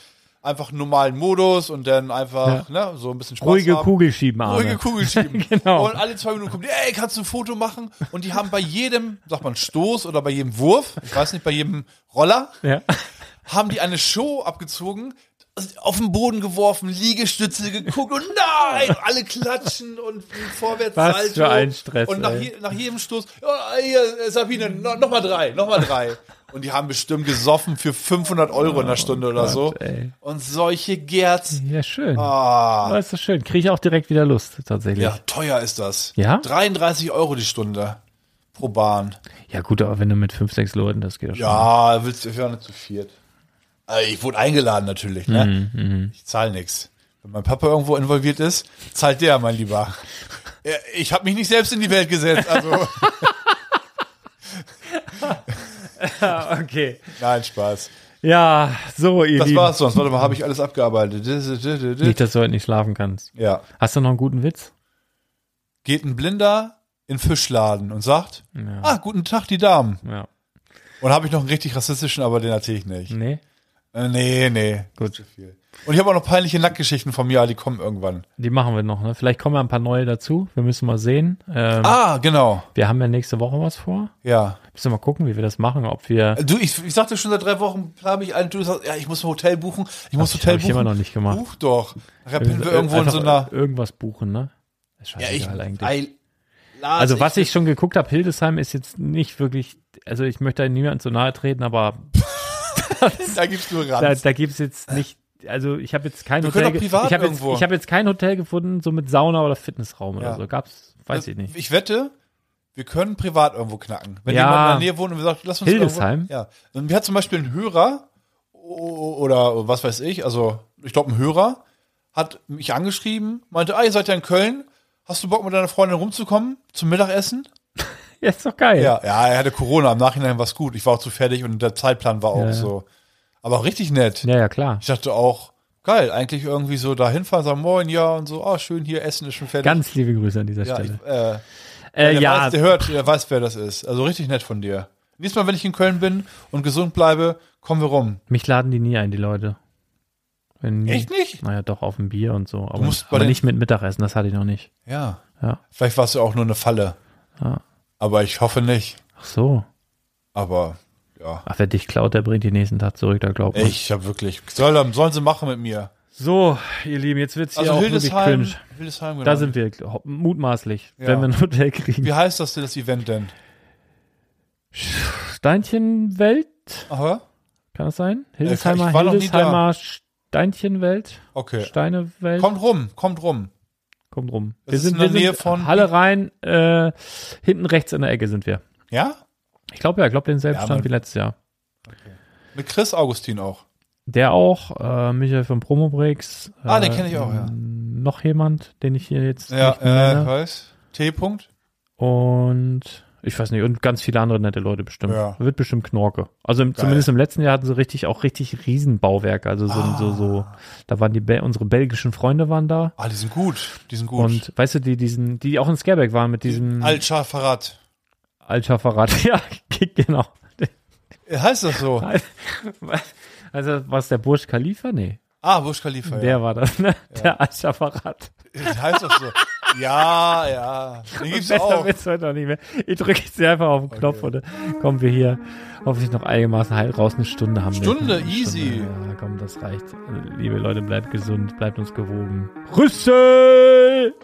Speaker 2: Einfach einen normalen Modus und dann einfach, ne, so ein bisschen Spaß
Speaker 1: Ruhige
Speaker 2: haben.
Speaker 1: Kugel schieben, Arne.
Speaker 2: Ruhige Kugel schieben.
Speaker 1: Genau.
Speaker 2: Und alle zwei Minuten kommt, die, ey, kannst du ein Foto machen? Und die haben bei jedem, sagt man Stoß oder bei jedem Wurf, ich weiß nicht, bei jedem Roller,
Speaker 1: Ja.
Speaker 2: haben die eine Show abgezogen, auf den Boden geworfen, Liegestütze geguckt und nein, alle klatschen und vorwärts
Speaker 1: Was
Speaker 2: Salto.
Speaker 1: für ein Stress,
Speaker 2: Und nach,
Speaker 1: ey.
Speaker 2: je, nach jedem Stoß, ja, hier, äh, Sabine, no, nochmal drei, nochmal drei. Und die haben bestimmt gesoffen für 500 Euro in der Stunde oder so.
Speaker 1: Oh ey.
Speaker 2: Und solche Gerz.
Speaker 1: Ja, schön.
Speaker 2: Ah,
Speaker 1: Aber ist doch schön. Kriege ich auch direkt wieder Lust, tatsächlich.
Speaker 2: ja,
Speaker 1: Ja,
Speaker 2: teuer ist das.
Speaker 1: Ja?
Speaker 2: 33 Euro die Stunde pro Bahn.
Speaker 1: gut, aber wenn du mit fünf, sechs Leuten, das geht doch schon.
Speaker 2: Ja, willst du ja nicht zu viert. Äh, Ich wurde eingeladen natürlich, ne?
Speaker 1: Mhm,
Speaker 2: Ich zahle nichts. Wenn mein Papa irgendwo involviert ist, zahlt der, mein Lieber. Ja, Ich habe mich nicht selbst in die Welt gesetzt, also
Speaker 1: Ja, okay.
Speaker 2: nein, Spaß.
Speaker 1: Ja, so, ihr
Speaker 2: Das
Speaker 1: Lieben.
Speaker 2: war's sonst. Warte mal, habe ich alles abgearbeitet.
Speaker 1: Nicht, dass du heute nicht schlafen kannst.
Speaker 2: Ja.
Speaker 1: Hast du noch einen guten Witz?
Speaker 2: Geht ein Blinder in den Fischladen und sagt,
Speaker 1: Ja.
Speaker 2: ah, guten Tag, die Damen.
Speaker 1: Ja.
Speaker 2: Und habe ich noch einen richtig rassistischen, aber den erzähle ich nicht.
Speaker 1: Nee?
Speaker 2: Äh, Nee, nee.
Speaker 1: Gut.
Speaker 2: Zu viel. Und ich habe auch noch peinliche Nacktgeschichten von mir, aber die kommen irgendwann.
Speaker 1: Die machen wir noch, ne? Vielleicht kommen ja ein paar neue dazu. Wir müssen mal sehen. Ähm,
Speaker 2: Ah, genau.
Speaker 1: Wir haben ja nächste Woche was vor.
Speaker 2: Ja.
Speaker 1: Müssen wir mal gucken, wie wir das machen, ob wir.
Speaker 2: Also, Du, ich, ich sagte schon seit drei Wochen, plan mich ein, du sagst, ja, ich muss ein Hotel buchen, ich muss Hotel
Speaker 1: hab ich
Speaker 2: buchen.
Speaker 1: immer noch nicht gemacht. Äh,
Speaker 2: Buch doch. Nachher pinnen wir irgendwo in
Speaker 1: einfach
Speaker 2: so einer.
Speaker 1: irgendwas buchen, ne? Ist scheißegal eigentlich.
Speaker 2: Ei- Lars,
Speaker 1: also, was ich schon geguckt habe, Hildesheim ist jetzt nicht wirklich. Also, ich möchte da niemandem zu nahe treten, aber
Speaker 2: Da gibst du
Speaker 1: da,
Speaker 2: ran.
Speaker 1: da gibt es jetzt nicht. Also, ich habe jetzt kein
Speaker 2: Äh. Wir können
Speaker 1: Hotel.
Speaker 2: auch
Speaker 1: ge-
Speaker 2: privat
Speaker 1: ich habe jetzt,
Speaker 2: irgendwo.
Speaker 1: ich hab jetzt kein Hotel gefunden, so mit Sauna oder Fitnessraum oder
Speaker 2: Ja.
Speaker 1: so. Gab's, weiß ich nicht.
Speaker 2: Ich wette, wir können privat irgendwo knacken. Wenn
Speaker 1: Ja.
Speaker 2: jemand in der Nähe wohnt und wir sagen, lass uns
Speaker 1: Hildesheim?
Speaker 2: Irgendwo, ja. Und wir hat zum Beispiel einen Hörer o- oder was weiß ich, also ich glaube, ein Hörer hat mich angeschrieben, meinte, ah, ihr seid ja in Köln, hast du Bock mit deiner Freundin rumzukommen zum Mittagessen?
Speaker 1: Ja, ist doch geil.
Speaker 2: Ja, ja, er hatte Corona. Im Nachhinein war es gut. Ich war auch zu fertig und der Zeitplan war auch
Speaker 1: Ja, ja.
Speaker 2: so. Aber auch richtig nett.
Speaker 1: ja, ja klar.
Speaker 2: Ich dachte auch, Geil, eigentlich irgendwie so dahin fahren, sagen Moin, ja und so, ah, schön hier, Essen ist schon fertig.
Speaker 1: Ganz liebe Grüße an dieser
Speaker 2: ja, ich,
Speaker 1: Stelle.
Speaker 2: äh,
Speaker 1: Äh,
Speaker 2: der,
Speaker 1: ja,
Speaker 2: weiß, der hört, der weiß, wer das ist. Also richtig nett von dir. Nächstes Mal, wenn ich in Köln bin und gesund bleibe, kommen wir rum.
Speaker 1: mich laden die nie ein, die Leute. Wenn,
Speaker 2: Echt nicht?
Speaker 1: Naja, doch, auf ein Bier und so. Aber,
Speaker 2: musst bei
Speaker 1: aber
Speaker 2: den-
Speaker 1: nicht mit Mittagessen, das hatte ich noch nicht.
Speaker 2: Ja.
Speaker 1: Ja.
Speaker 2: Vielleicht war es ja auch nur eine Falle.
Speaker 1: Ja.
Speaker 2: Aber ich hoffe nicht.
Speaker 1: Ach so.
Speaker 2: Aber ja.
Speaker 1: Ach, wer dich klaut, der bringt die nächsten Tag zurück, da glaubt man.
Speaker 2: Ich hab wirklich. Soll, dann- sollen sie machen mit mir.
Speaker 1: So, ihr Lieben, jetzt wird's hier
Speaker 2: Also
Speaker 1: auch
Speaker 2: Hildesheim.
Speaker 1: wirklich cringe.
Speaker 2: Hildesheim, genau.
Speaker 1: Da sind wir ho- mutmaßlich,
Speaker 2: Ja.
Speaker 1: wenn wir ein Hotel kriegen.
Speaker 2: Wie heißt das denn, das Event denn?
Speaker 1: Steinchenwelt,
Speaker 2: Aha.
Speaker 1: kann das sein?
Speaker 2: Äh,
Speaker 1: Hildesheimer,
Speaker 2: ich war noch nie
Speaker 1: Hildesheimer Steinchenwelt,
Speaker 2: Okay.
Speaker 1: Steinewelt, kommt,
Speaker 2: Kommt rum, kommt rum.
Speaker 1: rum.
Speaker 2: Das ist in der Nähe von-
Speaker 1: Halle rein, äh, hinten rechts in der Ecke sind wir.
Speaker 2: Ja?
Speaker 1: Ich glaube ja, ich glaube denselben
Speaker 2: Ja,
Speaker 1: Stand
Speaker 2: Mann.
Speaker 1: wie letztes Jahr.
Speaker 2: Mit Chris Augustin auch.
Speaker 1: Der auch, äh, Michael von Promobreaks. Äh,
Speaker 2: Ah, den kenn ich auch, ja.
Speaker 1: ähm, Noch jemand, den ich hier jetzt
Speaker 2: Ja,
Speaker 1: nicht mehr ne?
Speaker 2: äh,
Speaker 1: nenne.
Speaker 2: weiß. T-Punkt.
Speaker 1: Und ich weiß nicht, und ganz viele andere nette Leute bestimmt.
Speaker 2: Ja.
Speaker 1: Wird bestimmt Knorke. Also im, zumindest im letzten Jahr hatten sie richtig auch richtig Riesenbauwerke. Also so, so, so, da waren die Bel unsere belgischen Freunde waren da.
Speaker 2: Ah, die sind gut. Die sind gut.
Speaker 1: Und weißt du, die diesen, die auch in Scareback waren mit diesem
Speaker 2: Altscha Farad.
Speaker 1: Altschafferrad. Ja, genau.
Speaker 2: Äh, Heißt das so?
Speaker 1: Also was der Bursch Khalifa? Nee.
Speaker 2: Ah, Bush Khalifa. Ja. Äh,
Speaker 1: Der war das, ne? Der Altschafferrad.
Speaker 2: Heißt das so? Ja, ja. Den gibt's
Speaker 1: Besser
Speaker 2: auch.
Speaker 1: wird's heute noch nicht mehr. Ich drücke jetzt hier einfach auf den Knopf und dann kommen wir hier hoffentlich noch einigermaßen heil raus. Eine Stunde haben wir.
Speaker 2: Stunde,
Speaker 1: Eine
Speaker 2: easy.
Speaker 1: Ja, komm, das reicht. Liebe Leute, bleibt gesund, bleibt uns gewogen. Rüssel!